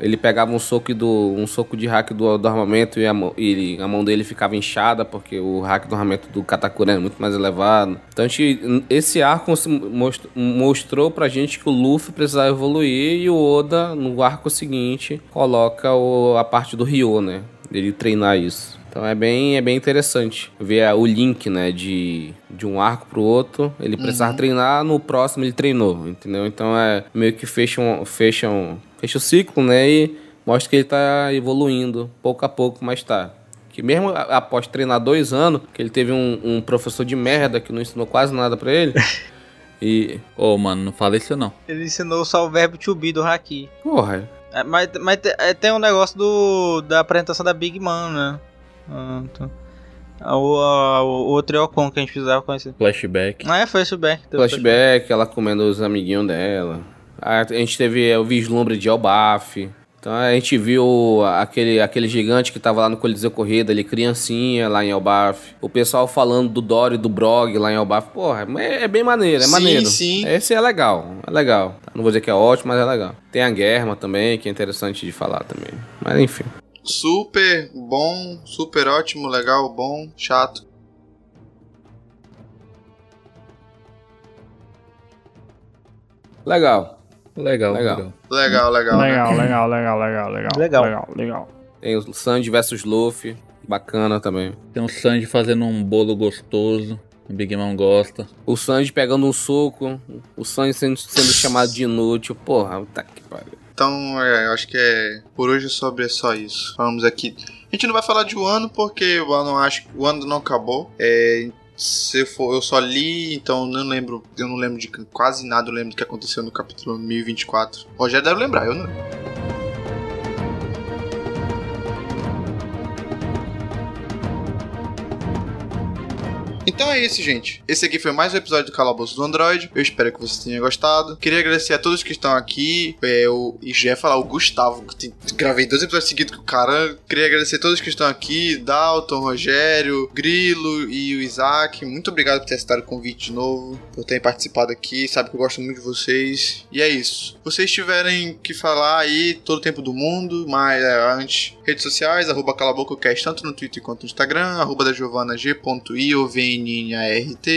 D: ele pegava um soco do. um soco de hack do, do armamento e a, mão- e a mão dele ficava inchada, porque o hack do armamento do Katakuri era muito mais elevado. Então a gente, esse arco mos- most- mostrou pra gente que o Luffy precisava evoluir e o Oda, no arco seguinte, coloca o- a parte do Ryo, né? Ele treinar isso. Então é bem, é bem interessante ver a- o link, né, de, de um arco pro outro. Ele precisava treinar, no próximo ele treinou, entendeu? Então é meio que fecha, um, fecha, um- fecha o ciclo, né, e mostra que ele tá evoluindo pouco a pouco, mas tá. Que mesmo a- após treinar dois anos, que ele teve um, um professor de merda que não ensinou quase nada pra ele, e...
F: Ô, mano, não fala isso não.
G: Ele ensinou só o verbo to be do Haki.
D: Porra,
G: É, Mas, mas te- é, tem um negócio do, da apresentação da Big Man, né? Ah, tá. Ah, O, a- o, o Triocon que a gente precisava conhecer.
F: Flashback.
G: Ah, é, foi flashback. teve
D: flashback, ela comendo os amiguinhos dela. A a gente teve é, o vislumbre de Elbaf. Então a gente viu aquele, aquele gigante que tava lá no Coliseu Corrida, ele criancinha lá em Elbaf. O pessoal falando do Dory, do Brog lá em Elbaf. Porra, é, é bem maneiro, é
A: Sim,
D: maneiro.
A: sim.
D: Esse é legal, é legal. Não vou dizer que é ótimo, mas é legal. Tem a Guerma também, que é interessante de falar também. Mas enfim.
A: Super bom, super ótimo, legal, bom, chato.
D: Legal. Legal.
F: Legal, legal.
A: Legal, legal. né?
E: Legal, legal, legal, legal, legal.
G: Legal.
E: Legal, legal.
D: Tem o Sanji versus Luffy. Bacana também.
F: Tem um Sanji fazendo um bolo gostoso. O Big Mom gosta.
D: O Sanji pegando um soco, o Sanji sendo, sendo chamado de inútil, porra, puta que pariu.
A: Então, é, eu acho que é por hoje é sobre só isso. Falamos aqui. A gente não vai falar de Wano porque o ano acho o ano não acabou. É, se eu for, eu só li, então eu não lembro, eu não lembro de quase nada, eu lembro do que aconteceu no capítulo 1024. O Rogério deve lembrar, eu não. Então é isso, gente. Esse aqui foi mais um episódio do Calabouço do Android. Eu espero que vocês tenham gostado. Queria agradecer a todos que estão aqui. É, o, e já ia falar o Gustavo, que tem- gravei dois episódios seguidos com o cara. Queria agradecer a todos que estão aqui: Dalton, Rogério, Grilo e o Isaac. Muito obrigado por ter aceitado o convite de novo, por terem participado aqui. Sabe que eu gosto muito de vocês. E é isso. Vocês tiverem que falar aí todo o tempo do mundo, mas é, antes, redes sociais, arroba calabococast, tanto no Twitter quanto no Instagram, arroba da Giovana g.iovnart,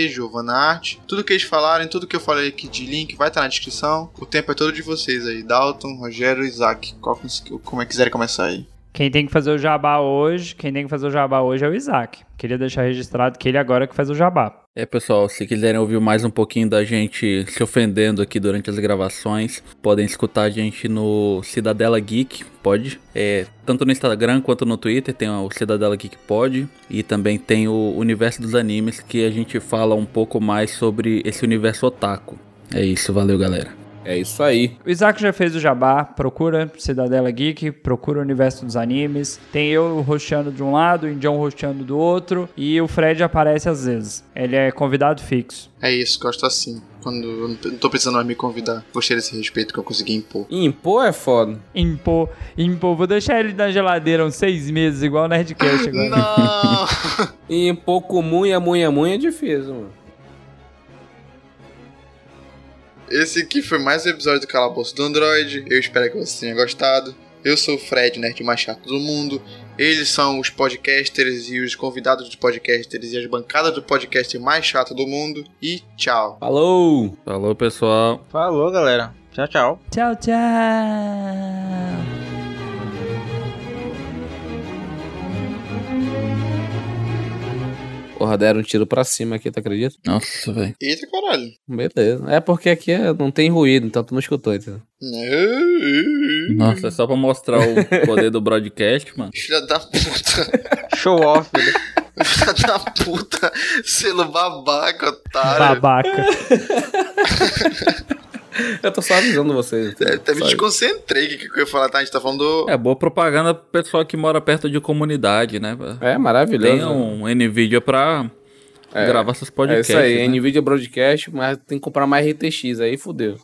A: Giovana Arte. Tudo que eles falarem, tudo que eu falei aqui de link vai estar na descrição. O tempo é todo de vocês aí, Dalton, Rogério e Isaac. Qual, que- como é que quiserem começar aí?
E: Quem tem que fazer o jabá hoje, quem tem que fazer o jabá hoje é o Isaac. Queria deixar registrado que ele agora é que faz o jabá.
F: É, pessoal, se quiserem ouvir mais um pouquinho da gente se ofendendo aqui durante as gravações, podem escutar a gente no Cidadela Geek, pode. É, tanto no Instagram quanto no Twitter tem o Cidadela Geek Pod. E também tem o Universo dos Animes, que a gente fala um pouco mais sobre esse universo otaku. É isso, valeu, galera.
D: É isso aí.
E: O Isaac já fez o jabá, procura Cidadela Geek, procura o universo dos animes. Tem eu rosteando de um lado, o Indião rosteando do outro, e o Fred aparece às vezes. Ele é convidado fixo.
A: É isso, gosto assim. Quando eu não- não tô precisando mais me convidar. Gostei desse respeito que eu consegui impor.
D: E impor é foda.
E: Impô, impô, vou deixar ele na geladeira uns seis meses, igual o Nerdcast agora.
A: Não!
D: E impor com munha, munha, munha é difícil, mano.
A: Esse aqui foi mais um episódio do Calabouço do Android. Eu espero que vocês tenham gostado. Eu sou o Fred, nerd mais chato do mundo. Eles são os podcasters e os convidados dos podcasters e as bancadas do podcast mais chato do mundo. E tchau.
D: Falou!
F: Falou, pessoal.
G: flashback. Falou, galera. Tchau, tchau.
E: Tchau, tchau.
D: Porra, deram um tiro pra cima aqui, tu acredita?
F: Nossa, velho.
A: Eita caralho.
D: Beleza. É porque aqui é- não tem ruído, então tu não escutou, entendeu?
F: Nossa, é só pra mostrar o poder do broadcast, mano.
A: Filha da puta.
G: Show off.
A: Filha da puta. Selo babaca, otário.
E: Babaca.
D: Eu tô só avisando vocês. então. entendeu?
A: Até me
D: Só isso.
A: desconcentrei. O que que eu ia falar? Tá, a gente tá falando do...
F: É boa propaganda pro pessoal que mora perto de comunidade, né?
D: É
F: Tem
D: maravilhoso.
F: um NVIDIA pra
D: É.
F: gravar seus
D: É
F: podcasts.
D: isso aí,
F: né?
D: NVIDIA Broadcast, mas tem que comprar mais RTX, aí fudeu.